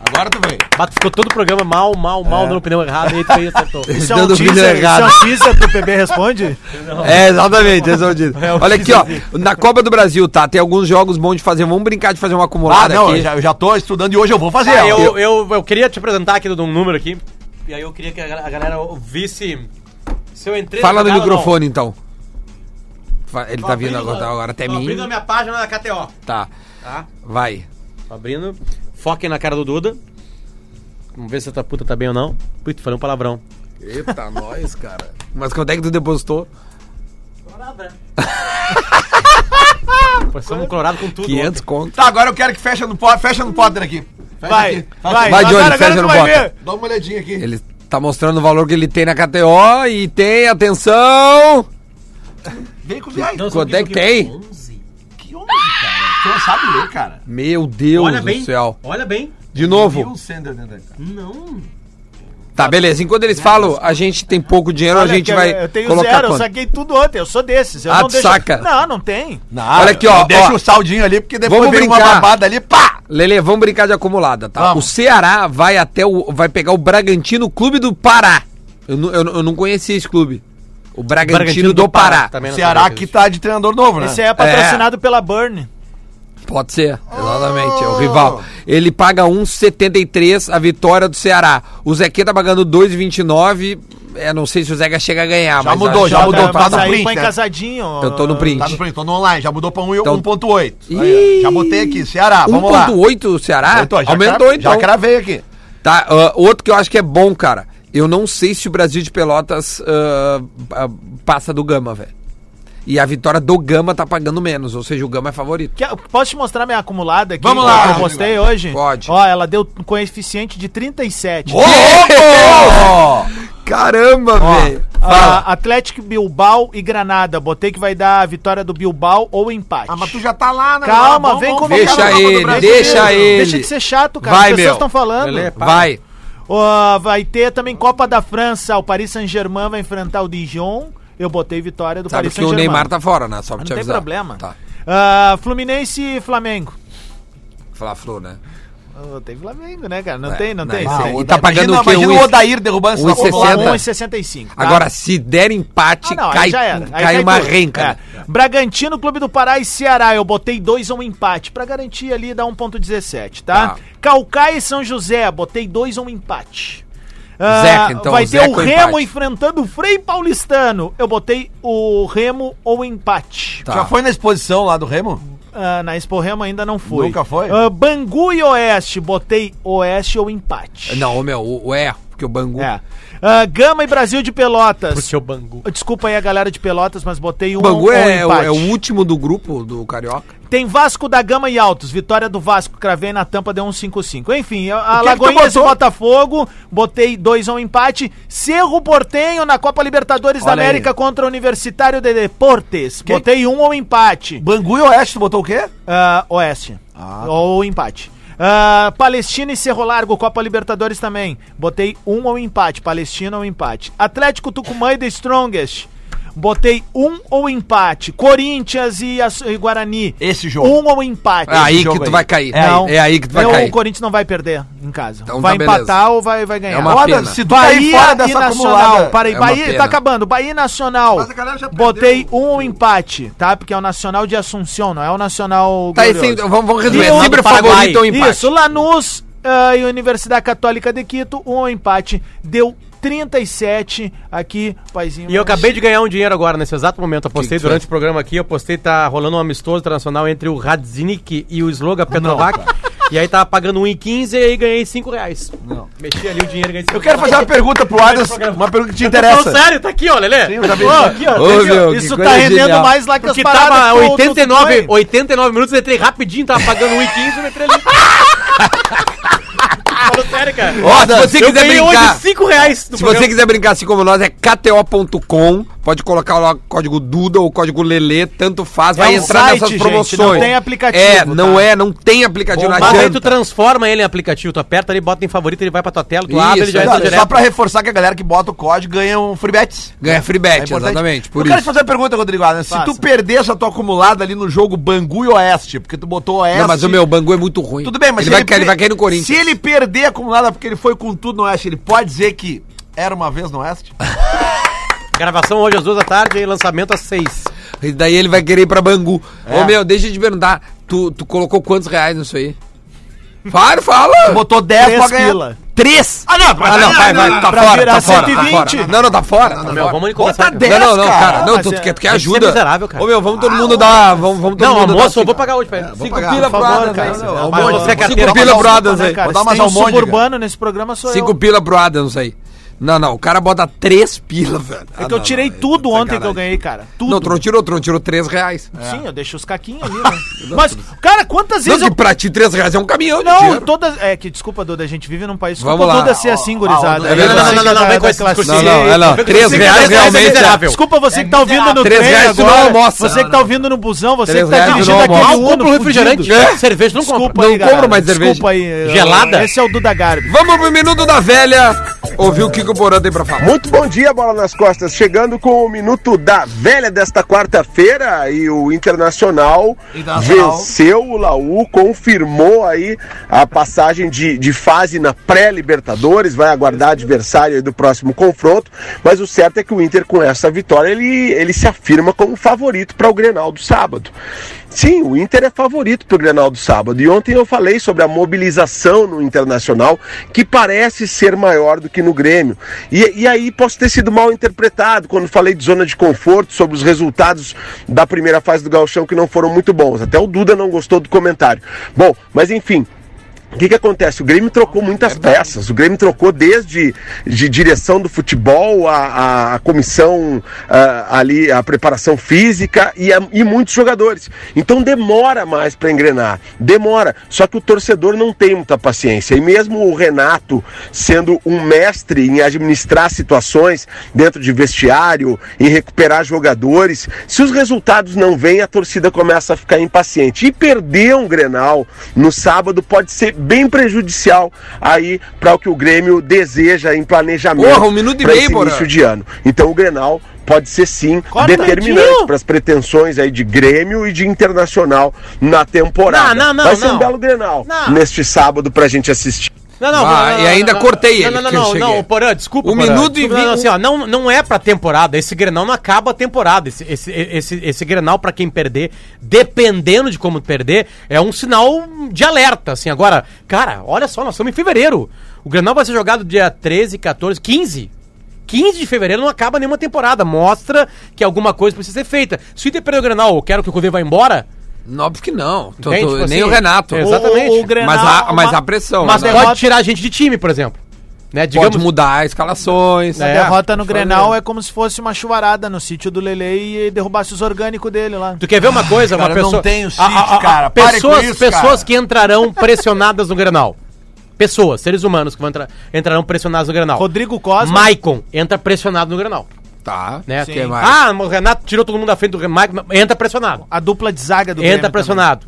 Speaker 8: Agora tu vem.
Speaker 5: Bato, ficou todo o programa mal, mal,
Speaker 2: É.
Speaker 5: mal, dando opinião errada, aí tu aí acertou.
Speaker 7: Isso é um
Speaker 2: Dando vídeo
Speaker 7: teaser, isso é
Speaker 2: errado.
Speaker 7: um teaser pro PB Responde?
Speaker 2: É, exatamente, esse é o dito.
Speaker 5: É o
Speaker 2: Olha
Speaker 5: que
Speaker 2: aqui, ó. Na Copa do Brasil, tá? Tem alguns jogos bons de fazer. Vamos brincar de fazer uma
Speaker 8: Ah,
Speaker 2: acumulada
Speaker 8: não,
Speaker 2: aqui.
Speaker 8: eu já, eu já tô estudando e hoje eu vou fazer.
Speaker 5: É,
Speaker 8: ó.
Speaker 5: eu, eu, eu queria te apresentar aqui um número aqui. E aí eu queria que a gal- a galera ouvisse. Se eu entrei.
Speaker 2: Fala no
Speaker 5: jogada ou não.
Speaker 2: microfone, então. Fa- Ele
Speaker 5: Tô
Speaker 2: tá vindo
Speaker 5: abrindo-
Speaker 2: agora, agora até
Speaker 5: tô
Speaker 2: mim.
Speaker 5: Abrindo a minha página da KTO.
Speaker 2: Tá,
Speaker 5: Tá?
Speaker 2: vai.
Speaker 5: Tô abrindo. Foquem na cara do Duda. Vamos ver se a tua puta tá bem ou não. Puta, falei um palavrão.
Speaker 2: Eita, nós, cara. Mas quanto é que tu depositou?
Speaker 5: Passamos um colorado com tudo.
Speaker 2: 500 conto.
Speaker 4: Tá, agora eu quero que fecha no, po- fecha no Potter aqui. Fecha
Speaker 7: Vai,
Speaker 4: aqui.
Speaker 7: vai,
Speaker 2: Vai, Johnny,
Speaker 7: Lazaro, agora
Speaker 2: fecha
Speaker 7: tu
Speaker 2: no
Speaker 7: vai
Speaker 2: bota.
Speaker 7: ver.
Speaker 4: Dá uma olhadinha aqui.
Speaker 2: Ele tá mostrando o valor que ele tem na KTO e tem, atenção!
Speaker 4: Vem com viagem.
Speaker 5: Não,
Speaker 2: Quanto é que tem?
Speaker 4: Que homem, cara. Tu não sabe ler, cara.
Speaker 2: Meu Deus
Speaker 5: Olha
Speaker 2: do
Speaker 5: bem.
Speaker 2: céu.
Speaker 5: Olha bem.
Speaker 2: De novo.
Speaker 4: Viu o Sender dentro da-
Speaker 5: Não.
Speaker 2: Tá, beleza. Enquanto eles falam, a gente tem pouco dinheiro,
Speaker 7: Olha,
Speaker 2: Então a gente
Speaker 7: que
Speaker 2: vai
Speaker 7: Eu tenho
Speaker 2: colocar
Speaker 7: zero, eu
Speaker 2: quanto?
Speaker 7: saquei tudo ontem. Eu sou desses. Eu
Speaker 2: Ah,
Speaker 7: não
Speaker 2: tu
Speaker 7: deixo...
Speaker 2: saca.
Speaker 7: Não, não tem.
Speaker 4: Não,
Speaker 2: Olha aqui, ó,
Speaker 4: Deixa
Speaker 2: ó.
Speaker 4: o saldinho ali, porque depois
Speaker 2: Vamos
Speaker 4: vem uma
Speaker 2: brincar.
Speaker 4: babada ali, pá!
Speaker 2: Lele, vamos brincar de acumulada, tá?
Speaker 4: Vamos.
Speaker 2: O Ceará vai até o. vai pegar o Bragantino Clube do Pará. Eu, nu- eu, nu- eu não conhecia esse clube. O Bragantino,
Speaker 5: Bragantino
Speaker 2: do,
Speaker 5: do Pará.
Speaker 2: Pará.
Speaker 4: O
Speaker 5: Também não
Speaker 4: Ceará
Speaker 5: sabia que
Speaker 4: que tá de treinador novo,
Speaker 2: Ah.
Speaker 4: né?
Speaker 7: Esse aí é patrocinado pela Burn.
Speaker 2: Pode ser, exatamente, é
Speaker 4: Oh!
Speaker 2: o rival. Ele paga 1,73 a vitória do Ceará. O Zequeta pagando 2,29. É, não sei se o Zeca chega a ganhar,
Speaker 4: Já mudou,
Speaker 2: acho-
Speaker 4: já mudou, tá
Speaker 7: Mas
Speaker 4: no
Speaker 7: aí
Speaker 4: print,
Speaker 7: põe
Speaker 4: né?
Speaker 7: casadinho.
Speaker 2: Eu tô no print.
Speaker 4: Tá no print, tô no online, já mudou pra um e-
Speaker 2: Então-
Speaker 4: 1.8. Aí,
Speaker 2: Ih!
Speaker 4: ó, já botei aqui, Ceará, vamos lá.
Speaker 2: 1,8 o Ceará?
Speaker 4: Um Aumentou, já
Speaker 2: Aumentou
Speaker 4: cra-
Speaker 2: então.
Speaker 4: Já cravei aqui.
Speaker 2: Tá, ah, outro que eu acho que é bom, cara. Eu não sei se o Brasil de Pelotas ah, ah, passa do Gama, velho. E a vitória do Gama tá pagando menos, ou seja, o Gama é favorito.
Speaker 7: Quer- posso te mostrar minha acumulada aqui?
Speaker 4: Vamos
Speaker 7: que
Speaker 4: lá,
Speaker 7: Eu postei hoje.
Speaker 2: Pode.
Speaker 7: Ó, ela deu um coeficiente de 37.
Speaker 2: Caramba, velho!
Speaker 7: Ah, Atlético Bilbao e Granada. Botei que vai dar a vitória do Bilbao ou empate.
Speaker 4: Ah, mas tu já tá lá, né?
Speaker 7: Calma, vem
Speaker 4: vamos-
Speaker 7: comigo.
Speaker 4: vamos-
Speaker 2: Deixa
Speaker 4: vamos-
Speaker 2: ele,
Speaker 4: vamos-
Speaker 2: deixa ele.
Speaker 7: tá Deixa de ser chato, cara.
Speaker 2: Vai,
Speaker 7: As pessoas
Speaker 2: meu.
Speaker 7: estão falando. Tá
Speaker 2: Vai!
Speaker 7: Ó, vai ter também Copa da França. O Paris Saint-Germain vai enfrentar o Dijon. Eu botei vitória do
Speaker 2: Sabe
Speaker 7: Paris
Speaker 2: que o
Speaker 7: Saint-Germain.
Speaker 2: Neymar tá fora, né? Só pra
Speaker 7: Não
Speaker 2: te
Speaker 7: tem
Speaker 2: avisar.
Speaker 7: problema.
Speaker 2: Tá.
Speaker 7: Ah, Fluminense e Flamengo.
Speaker 2: Falar Flu, né?
Speaker 7: Oh, tem Flamengo, né, cara? Não
Speaker 2: É,
Speaker 7: tem, não,
Speaker 2: não,
Speaker 7: tem.
Speaker 2: isso
Speaker 7: isso
Speaker 4: Ah,
Speaker 7: aí.
Speaker 2: aí.
Speaker 4: o
Speaker 2: E tá
Speaker 4: Odair-
Speaker 2: pagando
Speaker 4: imagina,
Speaker 2: o quê?
Speaker 4: Imagina
Speaker 2: Um
Speaker 4: o
Speaker 2: e-
Speaker 4: Odair derrubando essa
Speaker 2: 1,60.
Speaker 4: bola.
Speaker 7: 1,65. tá?
Speaker 2: Agora, se der empate,
Speaker 7: Ah, não,
Speaker 2: cai,
Speaker 7: aí já era. Aí
Speaker 2: cai uma
Speaker 7: tudo.
Speaker 2: renca. né?
Speaker 7: É. Bragantino, Clube do Pará e Ceará. Eu botei dois ou um empate. Pra garantir ali, dá 1,17, tá?
Speaker 2: Tá.
Speaker 7: Calcaia e São José. Botei dois ou um empate. Ah,
Speaker 2: Zeca, então,
Speaker 7: vai
Speaker 2: Zeca
Speaker 7: ter o
Speaker 2: ou
Speaker 7: Remo
Speaker 2: empate?
Speaker 7: enfrentando o Frei Paulistano. Eu botei o Remo ou empate.
Speaker 2: Tá.
Speaker 4: Já foi na exposição lá do Remo?
Speaker 7: Ah, na Expo Remo ainda não foi.
Speaker 4: Nunca foi?
Speaker 7: Ah, Bangu e Oeste. Botei Oeste ou empate.
Speaker 2: Não, meu, o, o é, porque o Bangu.
Speaker 7: É. Ah, Gama e Brasil de Pelotas.
Speaker 5: Porque o Bangu.
Speaker 7: Desculpa aí a galera de Pelotas, mas botei um
Speaker 2: O Bangu é,
Speaker 7: um
Speaker 2: o, é o último do grupo do Carioca.
Speaker 7: Tem Vasco da Gama e Altos. Vitória do Vasco. Cravei na tampa, deu 1,55. Enfim, a- a
Speaker 4: que que tu
Speaker 7: Lagoinhas e
Speaker 4: botou?
Speaker 7: Botafogo. Botei 2 a 1 empate. Cerro Portenho na Copa Libertadores da
Speaker 4: Olha aí.
Speaker 7: América contra o Universitário de Deportes. Botei 1 um ao empate.
Speaker 4: Bangu e Oeste, tu botou o quê?
Speaker 7: Ah, Oeste. Ou empate. Ah, Palestina e Cerro Largo, Copa Libertadores também. Botei um ou empate. Palestina ou empate. Atlético Tucumã e The Strongest. Botei um ou empate. Corinthians e, Aç- e Guarani.
Speaker 4: Esse jogo.
Speaker 7: Um ou empate.
Speaker 2: É aí
Speaker 4: jogo
Speaker 2: que tu
Speaker 4: aí.
Speaker 2: vai cair.
Speaker 4: É
Speaker 7: Não.
Speaker 2: É aí que tu vai
Speaker 7: Não,
Speaker 2: cair.
Speaker 7: um, O Corinthians não vai perder em casa.
Speaker 2: Então
Speaker 7: vai
Speaker 2: tá,
Speaker 7: empatar
Speaker 2: beleza.
Speaker 7: ou vai, vai ganhar.
Speaker 2: É uma
Speaker 4: Foda,
Speaker 2: pena.
Speaker 4: se tu
Speaker 7: Bahia
Speaker 4: cair fora
Speaker 7: e
Speaker 4: dessa
Speaker 7: Nacional.
Speaker 4: acumulada.
Speaker 7: Para aí,
Speaker 2: É uma
Speaker 7: Bahia
Speaker 2: pena.
Speaker 7: tá acabando. Bahia e Nacional.
Speaker 4: Mas a galera já perdeu
Speaker 7: Botei
Speaker 4: o-
Speaker 7: um ou empate, tá? Porque é o Nacional de Assunção, não é o Nacional
Speaker 2: Tá, esse,
Speaker 7: glorioso.
Speaker 2: vamos, vamos resumir.
Speaker 7: E o-
Speaker 2: É sempre
Speaker 7: do
Speaker 2: o
Speaker 7: Paraguai.
Speaker 2: favorito ou empate.
Speaker 7: Isso, Lanús ah, e Universidade Católica de Quito, um empate deu 37 aqui, paizinho.
Speaker 5: E eu acabei de ganhar um dinheiro agora, nesse exato momento. Eu
Speaker 2: que
Speaker 5: postei
Speaker 2: é? tu
Speaker 5: durante
Speaker 2: fez?
Speaker 5: o programa aqui, eu postei, tá rolando um amistoso internacional entre o Radzinski e o Sloga Petrovac. E aí tava pagando 1,15 e aí ganhei 5 reais. Não. Mexi ali o dinheiro e ganhei 5
Speaker 4: Eu quero fazer uma pergunta pro Adas, uma pergunta que te
Speaker 5: Não,
Speaker 4: interessa.
Speaker 5: sério, tá aqui, ó, Lelê.
Speaker 4: Sim, eu já vi.
Speaker 5: aqui, ó.
Speaker 2: Ô, meu, que
Speaker 7: Isso
Speaker 2: coisa
Speaker 7: tá rendendo
Speaker 2: genial.
Speaker 7: mais lá que
Speaker 5: Porque
Speaker 7: as paradas.
Speaker 5: tava
Speaker 7: que o-
Speaker 5: 89,
Speaker 7: tu foi.
Speaker 5: 89 minutos, eu entrei rapidinho, tava pagando 1,15 e eu entrei ali. Falou sério, cara.
Speaker 2: Ó, se você
Speaker 5: eu
Speaker 2: quiser
Speaker 5: ganhei
Speaker 2: brincar.
Speaker 5: hoje 5 reais do
Speaker 2: Se você quiser brincar assim como nós, é kto.com. Pode colocar lá o código Duda ou o código Lelê, tanto faz.
Speaker 7: É
Speaker 2: vai
Speaker 7: um
Speaker 2: entrar
Speaker 7: site,
Speaker 2: nessas
Speaker 7: gente,
Speaker 2: promoções.
Speaker 7: não tem aplicativo,
Speaker 2: É, não
Speaker 7: tá?
Speaker 2: é, não tem aplicativo na
Speaker 5: Mas aí tu tá-
Speaker 2: janta.
Speaker 5: transforma ele em aplicativo, tu aperta ali, bota em favorito, ele vai pra tua tela, tu
Speaker 2: Isso,
Speaker 5: abre, ele já
Speaker 2: é
Speaker 5: entra
Speaker 4: Só,
Speaker 5: direto.
Speaker 4: só pra reforçar que a galera que bota o código ganha um free bet.
Speaker 2: Ganha free
Speaker 4: É
Speaker 2: bet,
Speaker 4: importante.
Speaker 2: exatamente. Por
Speaker 4: eu
Speaker 2: isso.
Speaker 4: quero te fazer uma pergunta, Rodrigo Adams. Se tu
Speaker 7: Faça.
Speaker 4: perder essa tua acumulada ali no jogo Bangu e Oeste, porque tu botou Oeste...
Speaker 2: Não, mas o meu Bangu é muito ruim.
Speaker 4: Tudo bem, mas
Speaker 2: ele,
Speaker 4: se
Speaker 2: vai, cair,
Speaker 4: per-
Speaker 2: ele vai cair no Corinthians.
Speaker 4: Se ele perder a acumulada porque ele foi com tudo no Oeste, ele pode dizer que era uma vez no Oeste?
Speaker 5: Gravação hoje às duas da tarde e lançamento às seis.
Speaker 2: E daí ele vai querer ir pra Bangu.
Speaker 4: É.
Speaker 2: Ô meu, deixa eu te perguntar. Tu, tu colocou quantos reais nisso aí? Fala, fala.
Speaker 8: Botou 10 pra ganhar.
Speaker 2: Três. Ah, não,
Speaker 8: Ah, não, vai, vai, tá
Speaker 7: Pra
Speaker 8: fora,
Speaker 7: virar
Speaker 8: tá fora,
Speaker 7: 120.
Speaker 2: Não, não, tá fora. tá
Speaker 5: meu,
Speaker 2: fora. Bota
Speaker 5: vamos começar.
Speaker 2: dez, Não, não, não, cara. Não,
Speaker 7: Mas
Speaker 2: tu,
Speaker 7: é-
Speaker 2: tu quer, tu quer
Speaker 5: tem que ser
Speaker 2: ajuda.
Speaker 5: miserável, cara.
Speaker 2: Ô, meu, vamos todo mundo dar... Vamos, vamos todo
Speaker 5: Não,
Speaker 2: mundo
Speaker 5: almoço,
Speaker 2: dar...
Speaker 5: eu tá É, vou pagar hoje pra ele.
Speaker 2: Cinco
Speaker 8: pagar,
Speaker 2: pila
Speaker 7: por
Speaker 2: pro
Speaker 7: favor,
Speaker 2: Adams
Speaker 7: cara.
Speaker 2: aí.
Speaker 7: Não,
Speaker 2: Não,
Speaker 5: almoço,
Speaker 2: almoço,
Speaker 5: é carteira,
Speaker 2: Cinco
Speaker 5: vou
Speaker 2: pila
Speaker 5: pagar
Speaker 2: pro
Speaker 5: almoço,
Speaker 2: Adams aí.
Speaker 7: Cara,
Speaker 8: Vou dar
Speaker 7: se
Speaker 8: umas
Speaker 7: tem um
Speaker 8: almôndegas.
Speaker 7: suburbano nesse programa sou
Speaker 2: Cinco
Speaker 7: eu.
Speaker 2: pila pro Adams aí. Não, não, o cara bota três pila, velho. Ah,
Speaker 7: É que
Speaker 2: não,
Speaker 7: eu tirei
Speaker 2: não, é
Speaker 7: tudo ontem que eu
Speaker 2: sacanagem.
Speaker 7: ganhei, cara. Tudo.
Speaker 2: Não, tu não tirou, tu não tirou três reais.
Speaker 7: Sim, eu deixo os caquinhos ali, né? Mas, cara, quantas
Speaker 2: Não,
Speaker 7: vezes
Speaker 2: que
Speaker 7: eu...
Speaker 2: pra ti três reais é um caminhão de
Speaker 7: Não,
Speaker 2: dinheiro.
Speaker 7: todas... É que, desculpa, Duda, a gente vive num país
Speaker 2: Vamos
Speaker 7: toda
Speaker 2: lá.
Speaker 7: ser assim, gurizada.
Speaker 8: é
Speaker 7: Eu
Speaker 2: verdade.
Speaker 7: sei
Speaker 5: Não, não, não,
Speaker 7: que
Speaker 5: não,
Speaker 7: tá-
Speaker 5: vem com
Speaker 7: da
Speaker 5: esse
Speaker 7: classe
Speaker 5: discurso.
Speaker 2: Não,
Speaker 7: C,
Speaker 2: não, é, não. Três
Speaker 7: Você que
Speaker 2: reais
Speaker 7: tá-
Speaker 2: realmente é...
Speaker 7: Desculpa você que tá ouvindo no
Speaker 2: Três
Speaker 7: trem
Speaker 2: reais tu não
Speaker 7: agora.
Speaker 2: almoça.
Speaker 7: Você que tá ouvindo no busão, você
Speaker 2: Três
Speaker 7: que tá
Speaker 2: reais tu
Speaker 7: dirigindo
Speaker 2: não
Speaker 7: aquele
Speaker 2: almoça.
Speaker 7: Uno.
Speaker 5: Não compra o refrigerante.
Speaker 7: fudido.
Speaker 2: É.
Speaker 5: Cerveja não compra.
Speaker 7: Desculpa aí,
Speaker 2: Não
Speaker 7: galera.
Speaker 2: compro mais cerveja.
Speaker 7: Desculpa aí. eu-
Speaker 5: Gelada?
Speaker 7: Esse é o Duda Garbi.
Speaker 2: Vamos pro Minuto da Velha ouvir o que que o Porã tem pra falar.
Speaker 9: Muito bom dia, Bola nas Costas. Chegando com o minuto da velha desta quarta-feira e o Internacional,
Speaker 8: Internacional.
Speaker 9: venceu o Laú, confirmou aí a passagem de, de fase na pré-Libertadores, vai aguardar adversário aí do próximo confronto, mas o certo é que o Inter com essa vitória ele, ele se afirma como favorito para o Grenal do sábado. Sim, o Inter é favorito para o Grenal do sábado. E ontem eu falei sobre a mobilização no Internacional, que parece ser maior do que no Grêmio. E, e aí posso ter sido mal interpretado quando falei de zona de conforto, sobre os resultados da primeira fase do Gauchão que não foram muito bons. Até o Duda não gostou do comentário. Bom, mas enfim, o que, que acontece? O Grêmio trocou muitas peças. O Grêmio trocou desde de direção do futebol, a, a- a comissão ah, ali, a preparação física e, a- e muitos jogadores. Então demora mais para engrenar. Demora. Só que o torcedor não tem muita paciência. E mesmo o Renato sendo um mestre em administrar situações dentro de vestiário, em recuperar jogadores, se os resultados não vêm, a torcida começa a ficar impaciente. E perder um Grenal no sábado pode ser bem prejudicial aí para o que o Grêmio deseja em planejamento.
Speaker 2: Porra, um minuto e
Speaker 9: pra
Speaker 2: meio,
Speaker 9: esse
Speaker 2: Porã.
Speaker 9: início de ano. Então o Grenal pode ser sim determinante para as pretensões aí de Grêmio e de Internacional na temporada.
Speaker 5: Não, não, não,
Speaker 9: Vai ser
Speaker 5: não.
Speaker 9: um belo Grenal
Speaker 5: Não.
Speaker 9: neste sábado pra gente assistir.
Speaker 5: Não, não,
Speaker 2: Ah,
Speaker 5: não, não,
Speaker 2: e ainda
Speaker 5: não,
Speaker 2: cortei
Speaker 5: não,
Speaker 2: ele,
Speaker 5: Não, não,
Speaker 2: que eu
Speaker 5: não,
Speaker 2: cheguei.
Speaker 5: não, Porã, desculpa.
Speaker 2: Um
Speaker 5: Porã,
Speaker 2: minuto e
Speaker 5: desculpa, não,
Speaker 2: vinte-
Speaker 5: não, assim, ó, não, não é pra temporada. Esse Grenal não acaba a temporada. Esse, esse, esse, esse Grenal, pra quem perder, dependendo de como perder, é um sinal de alerta, assim. Agora, cara, olha só, nós estamos em fevereiro. O Grenal vai ser jogado dia 13, 14, 15. 15 de fevereiro não acaba nenhuma temporada. Mostra que alguma coisa precisa ser feita. Se o Inter perder o Grenal, eu quero que o Cudê vá embora.
Speaker 2: Não, porque não. Tu-
Speaker 5: Entende?
Speaker 2: tu-
Speaker 5: Tipo
Speaker 2: nem
Speaker 5: assim,
Speaker 2: o Renato.
Speaker 5: exato. Exatamente.
Speaker 7: O, o, o Grenal,
Speaker 2: Mas, a, mas
Speaker 7: uma-
Speaker 2: a pressão.
Speaker 5: Mas
Speaker 2: né?
Speaker 5: pode
Speaker 7: derrota-
Speaker 5: tirar a gente de time, por exemplo. Né?
Speaker 2: Pode
Speaker 5: Digamos,
Speaker 2: mudar escalações.
Speaker 7: A
Speaker 5: É,
Speaker 7: derrota no
Speaker 2: pode fazer.
Speaker 7: Grenal é como se fosse uma chuvarada no sítio do Lele e derrubasse os orgânicos dele lá.
Speaker 5: Tu quer ver uma coisa?
Speaker 8: Cara,
Speaker 5: uma
Speaker 8: eu não
Speaker 5: pessoa.
Speaker 8: tenho
Speaker 5: A- a-
Speaker 8: sítio,
Speaker 5: a-
Speaker 8: cara. Pare
Speaker 5: Pessoas,
Speaker 8: com isso,
Speaker 5: pessoas
Speaker 8: cara.
Speaker 5: que entrarão pressionadas no Granal. Pessoas, seres humanos que vão entrar, entrarão pressionados no Granal.
Speaker 7: Rodrigo Cosma.
Speaker 5: Maicon entra pressionado no Granal.
Speaker 2: Tá.
Speaker 5: Né?
Speaker 2: Que mais?
Speaker 5: Ah, o Renato tirou todo mundo da frente do Maicon. Entra pressionado.
Speaker 7: A dupla de zaga do
Speaker 5: entra pressionado.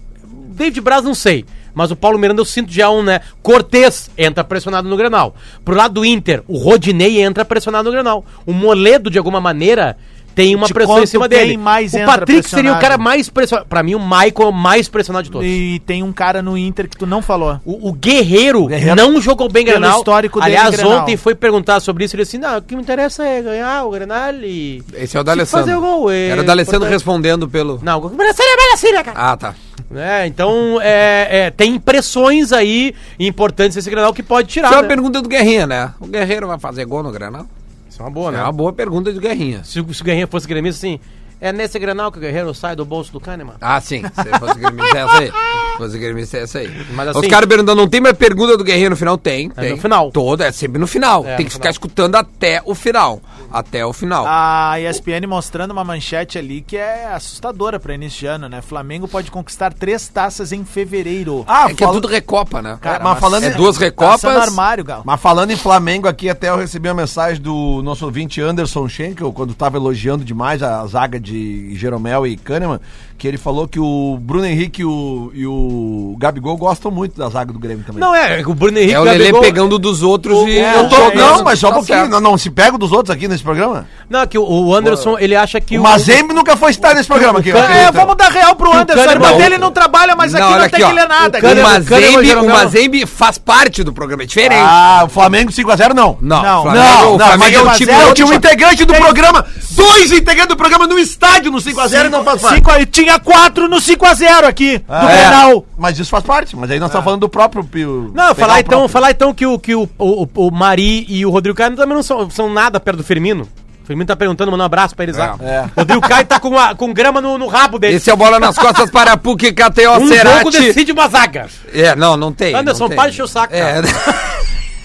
Speaker 5: David Braz, não sei. Mas o Paulo Miranda eu sinto já um, né? Cortez entra pressionado no Granal. Pro lado do Inter, o Rodinei entra pressionado no Granal. O Moledo, de alguma maneira, tem uma
Speaker 7: Te
Speaker 5: pressão em
Speaker 7: conto
Speaker 5: cima
Speaker 7: quem
Speaker 5: dele.
Speaker 7: mais
Speaker 5: o
Speaker 7: entra
Speaker 5: Patrick seria o
Speaker 7: pressionado.
Speaker 5: cara mais pressionado. Pra mim, o Michael é o mais pressionado de todos.
Speaker 7: E tem um cara no Inter que tu não falou.
Speaker 5: O, o Guerreiro,
Speaker 8: Guerreiro.
Speaker 5: não jogou bem
Speaker 7: Pelo
Speaker 5: Granal.
Speaker 7: histórico dele
Speaker 5: Aliás,
Speaker 7: em Grenal.
Speaker 5: ontem foi perguntar sobre isso. Ele disse: Não, o que me interessa é ganhar o Granal e.
Speaker 2: Esse é o
Speaker 5: se fazer
Speaker 2: D'Alessandro.
Speaker 5: o gol. é
Speaker 2: Era o D'Alessandro
Speaker 5: importante."
Speaker 2: respondendo pelo...
Speaker 5: Não, o Brasil é Brasil, né, cara?
Speaker 2: Ah, tá.
Speaker 5: né? Então, é, é, tem impressões aí importantes esse Grenal que pode tirar.
Speaker 2: Isso é uma
Speaker 5: né?
Speaker 2: pergunta do Guerrinha, né? O Guerreiro vai fazer gol no Granal?
Speaker 5: Isso é uma boa,
Speaker 2: É uma boa pergunta do Guerrinha.
Speaker 5: Se, o- se o Guerreiro fosse gremista, assim, é nesse Grenal que o Guerreiro sai do bolso do Kahneman.
Speaker 2: Ah, sim. Se fosse gremista, é essa aí. Se fosse gremista, é essa aí.
Speaker 5: Mas
Speaker 2: Os
Speaker 5: assim-
Speaker 2: caras perguntando, não tem mais pergunta do Guerrinha no final? Tem, tem.
Speaker 5: no final.
Speaker 2: Todo, é sempre no final.
Speaker 5: É,
Speaker 2: tem
Speaker 5: no
Speaker 2: que ficar
Speaker 5: final. Ah,
Speaker 2: escutando até o final. Até o final.
Speaker 7: A ESPN mostrando uma manchete ali que é assustadora pra início de ano, né? Flamengo pode conquistar três taças em fevereiro.
Speaker 8: Ah,
Speaker 2: é que é tudo recopa, né?
Speaker 8: Cara, mas falando
Speaker 2: é
Speaker 8: em-
Speaker 2: duas recopas...
Speaker 7: Taça no armário, Gal.
Speaker 8: Mas falando em Flamengo aqui, até eu recebi uma mensagem do nosso ouvinte Anderson Schenkel, quando estava elogiando demais a zaga de Jeromel e Kahneman, que ele falou que o Bruno Henrique e o, e o Gabigol gostam muito da zaga do Grêmio também.
Speaker 5: Não, é, o Bruno Henrique
Speaker 2: É o Lelê
Speaker 5: Gabigol-
Speaker 2: pegando dos outros e...
Speaker 8: É, eu tô-
Speaker 2: jogando.
Speaker 8: não, mas só um
Speaker 2: Tá
Speaker 8: pouquinho.
Speaker 2: certo.
Speaker 8: Não, não se pega dos outros aqui nesse programa.
Speaker 5: Não, que o, o Anderson, ele acha que
Speaker 8: o
Speaker 5: o.
Speaker 8: Mazembe nunca foi estar nesse programa aqui. né? eu
Speaker 5: Kahneman-
Speaker 8: acredito.
Speaker 7: É, vamos dar real pro Anderson. A irmã
Speaker 2: Kahneman- é
Speaker 7: dele não trabalha mais
Speaker 2: Não,
Speaker 7: aqui,
Speaker 2: olha
Speaker 7: não tem que ler nada.
Speaker 2: O
Speaker 7: cara.
Speaker 2: Mazembe-
Speaker 7: Kahneman,
Speaker 2: o
Speaker 7: Jeromel.
Speaker 2: Mazembe faz parte do programa, é diferente.
Speaker 8: Ah, o Flamengo 5x0 não.
Speaker 2: Não,
Speaker 7: não,
Speaker 2: Flamengo,
Speaker 8: não,
Speaker 2: o
Speaker 8: não,
Speaker 2: Flamengo
Speaker 8: mas
Speaker 2: é o
Speaker 8: mas
Speaker 2: time
Speaker 8: é o
Speaker 2: outro
Speaker 8: time integrante do programa.
Speaker 4: Dois integrantes do programa no estádio no 5x0 e não faz parte.
Speaker 7: 5 a, tinha 4 no 5x0 aqui, do
Speaker 4: é.
Speaker 7: Grenal.
Speaker 4: Mas isso faz parte. Mas aí
Speaker 7: Ah.
Speaker 4: nós estamos falando do próprio. Pio-
Speaker 5: Não,
Speaker 4: pegar
Speaker 5: falar
Speaker 4: o
Speaker 5: então,
Speaker 4: próprio.
Speaker 5: falar então que, o, que o, o, o Mari e o Rodrigo Caio também não são, são nada perto do Firmino. O Firmino tá perguntando, mandando um abraço pra eles lá. Rodrigo Caio tá com, a- com grama no, no rabo dele.
Speaker 2: É. Esse é o Bola nas Costas para a PUC, KTO,
Speaker 5: um jogo
Speaker 2: Cerati.
Speaker 5: decide uma zaga.
Speaker 2: É, não, não tem.
Speaker 5: Anderson,
Speaker 2: não tem.
Speaker 5: para de encher o saco,
Speaker 2: É,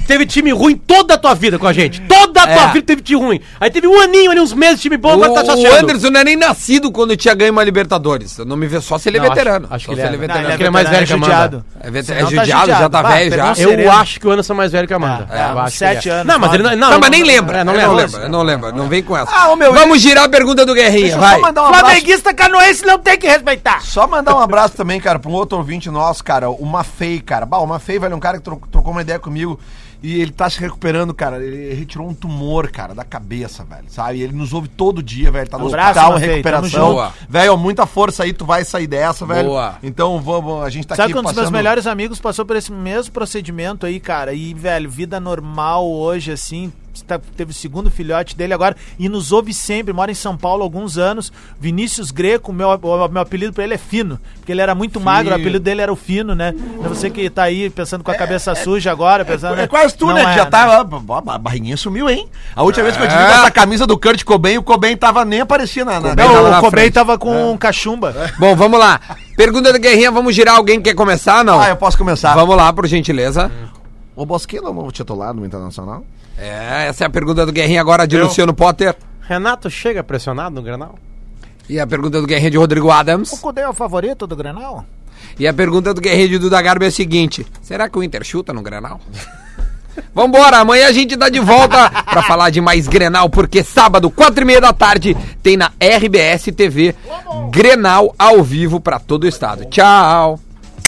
Speaker 5: Teve time ruim toda a tua vida com a gente. Toda a tua
Speaker 2: É.
Speaker 5: vida teve time ruim. Aí teve um aninho ali, uns meses, time bom,
Speaker 2: o,
Speaker 5: agora tá se achando.
Speaker 2: o Anderson não é nem nascido quando tinha ganho uma Libertadores. Eu não me vê só se ele é
Speaker 5: Não, acho-
Speaker 2: veterano.
Speaker 5: acho
Speaker 2: Só
Speaker 5: que
Speaker 2: se
Speaker 5: ele é.
Speaker 2: ele é
Speaker 5: Não,
Speaker 2: veterano.
Speaker 5: ele é que mais velho que a Amanda.
Speaker 7: judiado.
Speaker 2: É, vete- é
Speaker 7: Senão tá
Speaker 2: judiado, já tá
Speaker 7: Vá,
Speaker 2: velho já.
Speaker 7: perdão,
Speaker 5: Eu
Speaker 7: sereno.
Speaker 5: acho que o Anderson é mais velho que a Amanda.
Speaker 7: É, é,
Speaker 5: eu
Speaker 7: uns
Speaker 5: acho que
Speaker 7: sete
Speaker 5: é.
Speaker 7: anos,
Speaker 5: Não, mas ele não,
Speaker 7: nove.
Speaker 5: não,
Speaker 2: Não, mas nem lembra.
Speaker 5: É, não
Speaker 2: Ele assim,
Speaker 5: lembra.
Speaker 2: lembra, não lembra. Não vem com essa.
Speaker 4: Ah, ô, meu,
Speaker 2: Vamos girar a pergunta do Guerrinha,
Speaker 4: Deixa eu
Speaker 2: vai.
Speaker 4: só mandar um abraço.
Speaker 7: Flamenguista canoense não tem que respeitar.
Speaker 4: Só mandar um abraço também, cara, pra um outro ouvinte nosso, cara, o Mafei, cara. Bah, o Mafei, velho, é um cara que tro- trocou uma ideia comigo e ele tá se recuperando, cara. Ele retirou um tumor, cara, da cabeça, velho, sabe? E ele nos ouve todo dia, velho. Tá no
Speaker 7: Abraço,
Speaker 4: hospital,
Speaker 7: Mafei, tamo
Speaker 4: recuperação.
Speaker 7: junto.
Speaker 2: Boa.
Speaker 4: Velho, muita força aí, tu vai sair dessa, velho.
Speaker 2: Boa.
Speaker 4: Então, vamos, a gente tá
Speaker 7: Sabe
Speaker 4: aqui
Speaker 7: quando os meus
Speaker 4: passando-
Speaker 7: melhores amigos passou por esse mesmo procedimento aí, cara? E, velho, vida normal hoje, assim. tá- teve o segundo filhote dele agora e nos ouve sempre, mora em São Paulo há alguns anos. Vinícius Greco, meu, o meu apelido pra ele é Fino, porque ele era muito magro, o apelido dele era o Fino, né? Então você que tá aí pensando com a cabeça suja agora, pensando.
Speaker 4: É quase tu,
Speaker 7: Não
Speaker 4: né? que
Speaker 7: é,
Speaker 4: já tá. ó, ó, A barriguinha sumiu, hein? A última vez que eu tive
Speaker 2: É.
Speaker 4: essa camisa do Kurt Cobain, o Cobain tava nem aparecia na. na-
Speaker 7: Não,
Speaker 4: na- É.
Speaker 2: lá na
Speaker 7: o Cobrei
Speaker 2: frente.
Speaker 7: tava com um cachumba.
Speaker 2: Bom, vamos lá. Pergunta do Guerrinha, vamos girar. Alguém quer começar? Não.
Speaker 4: Ah, eu posso começar.
Speaker 2: Vamos lá, por gentileza.
Speaker 4: O Bosquilha é o novo titular do Internacional?
Speaker 2: É, essa é a pergunta do Guerrinha agora de Luciano Potter.
Speaker 5: Renato chega pressionado no Granal?
Speaker 2: E a pergunta do Guerrinha de Rodrigo Adams.
Speaker 7: O Cudê é o favorito do Granal?
Speaker 2: E a pergunta do Guerreiro de Duda Garbi é a seguinte: será que o Inter chuta no Grenal? Vambora, amanhã a gente tá de volta pra falar de mais Grenal, porque sábado, quatro e meia da tarde, tem na RBS TV Grenal ao vivo pra todo o estado. Tchau!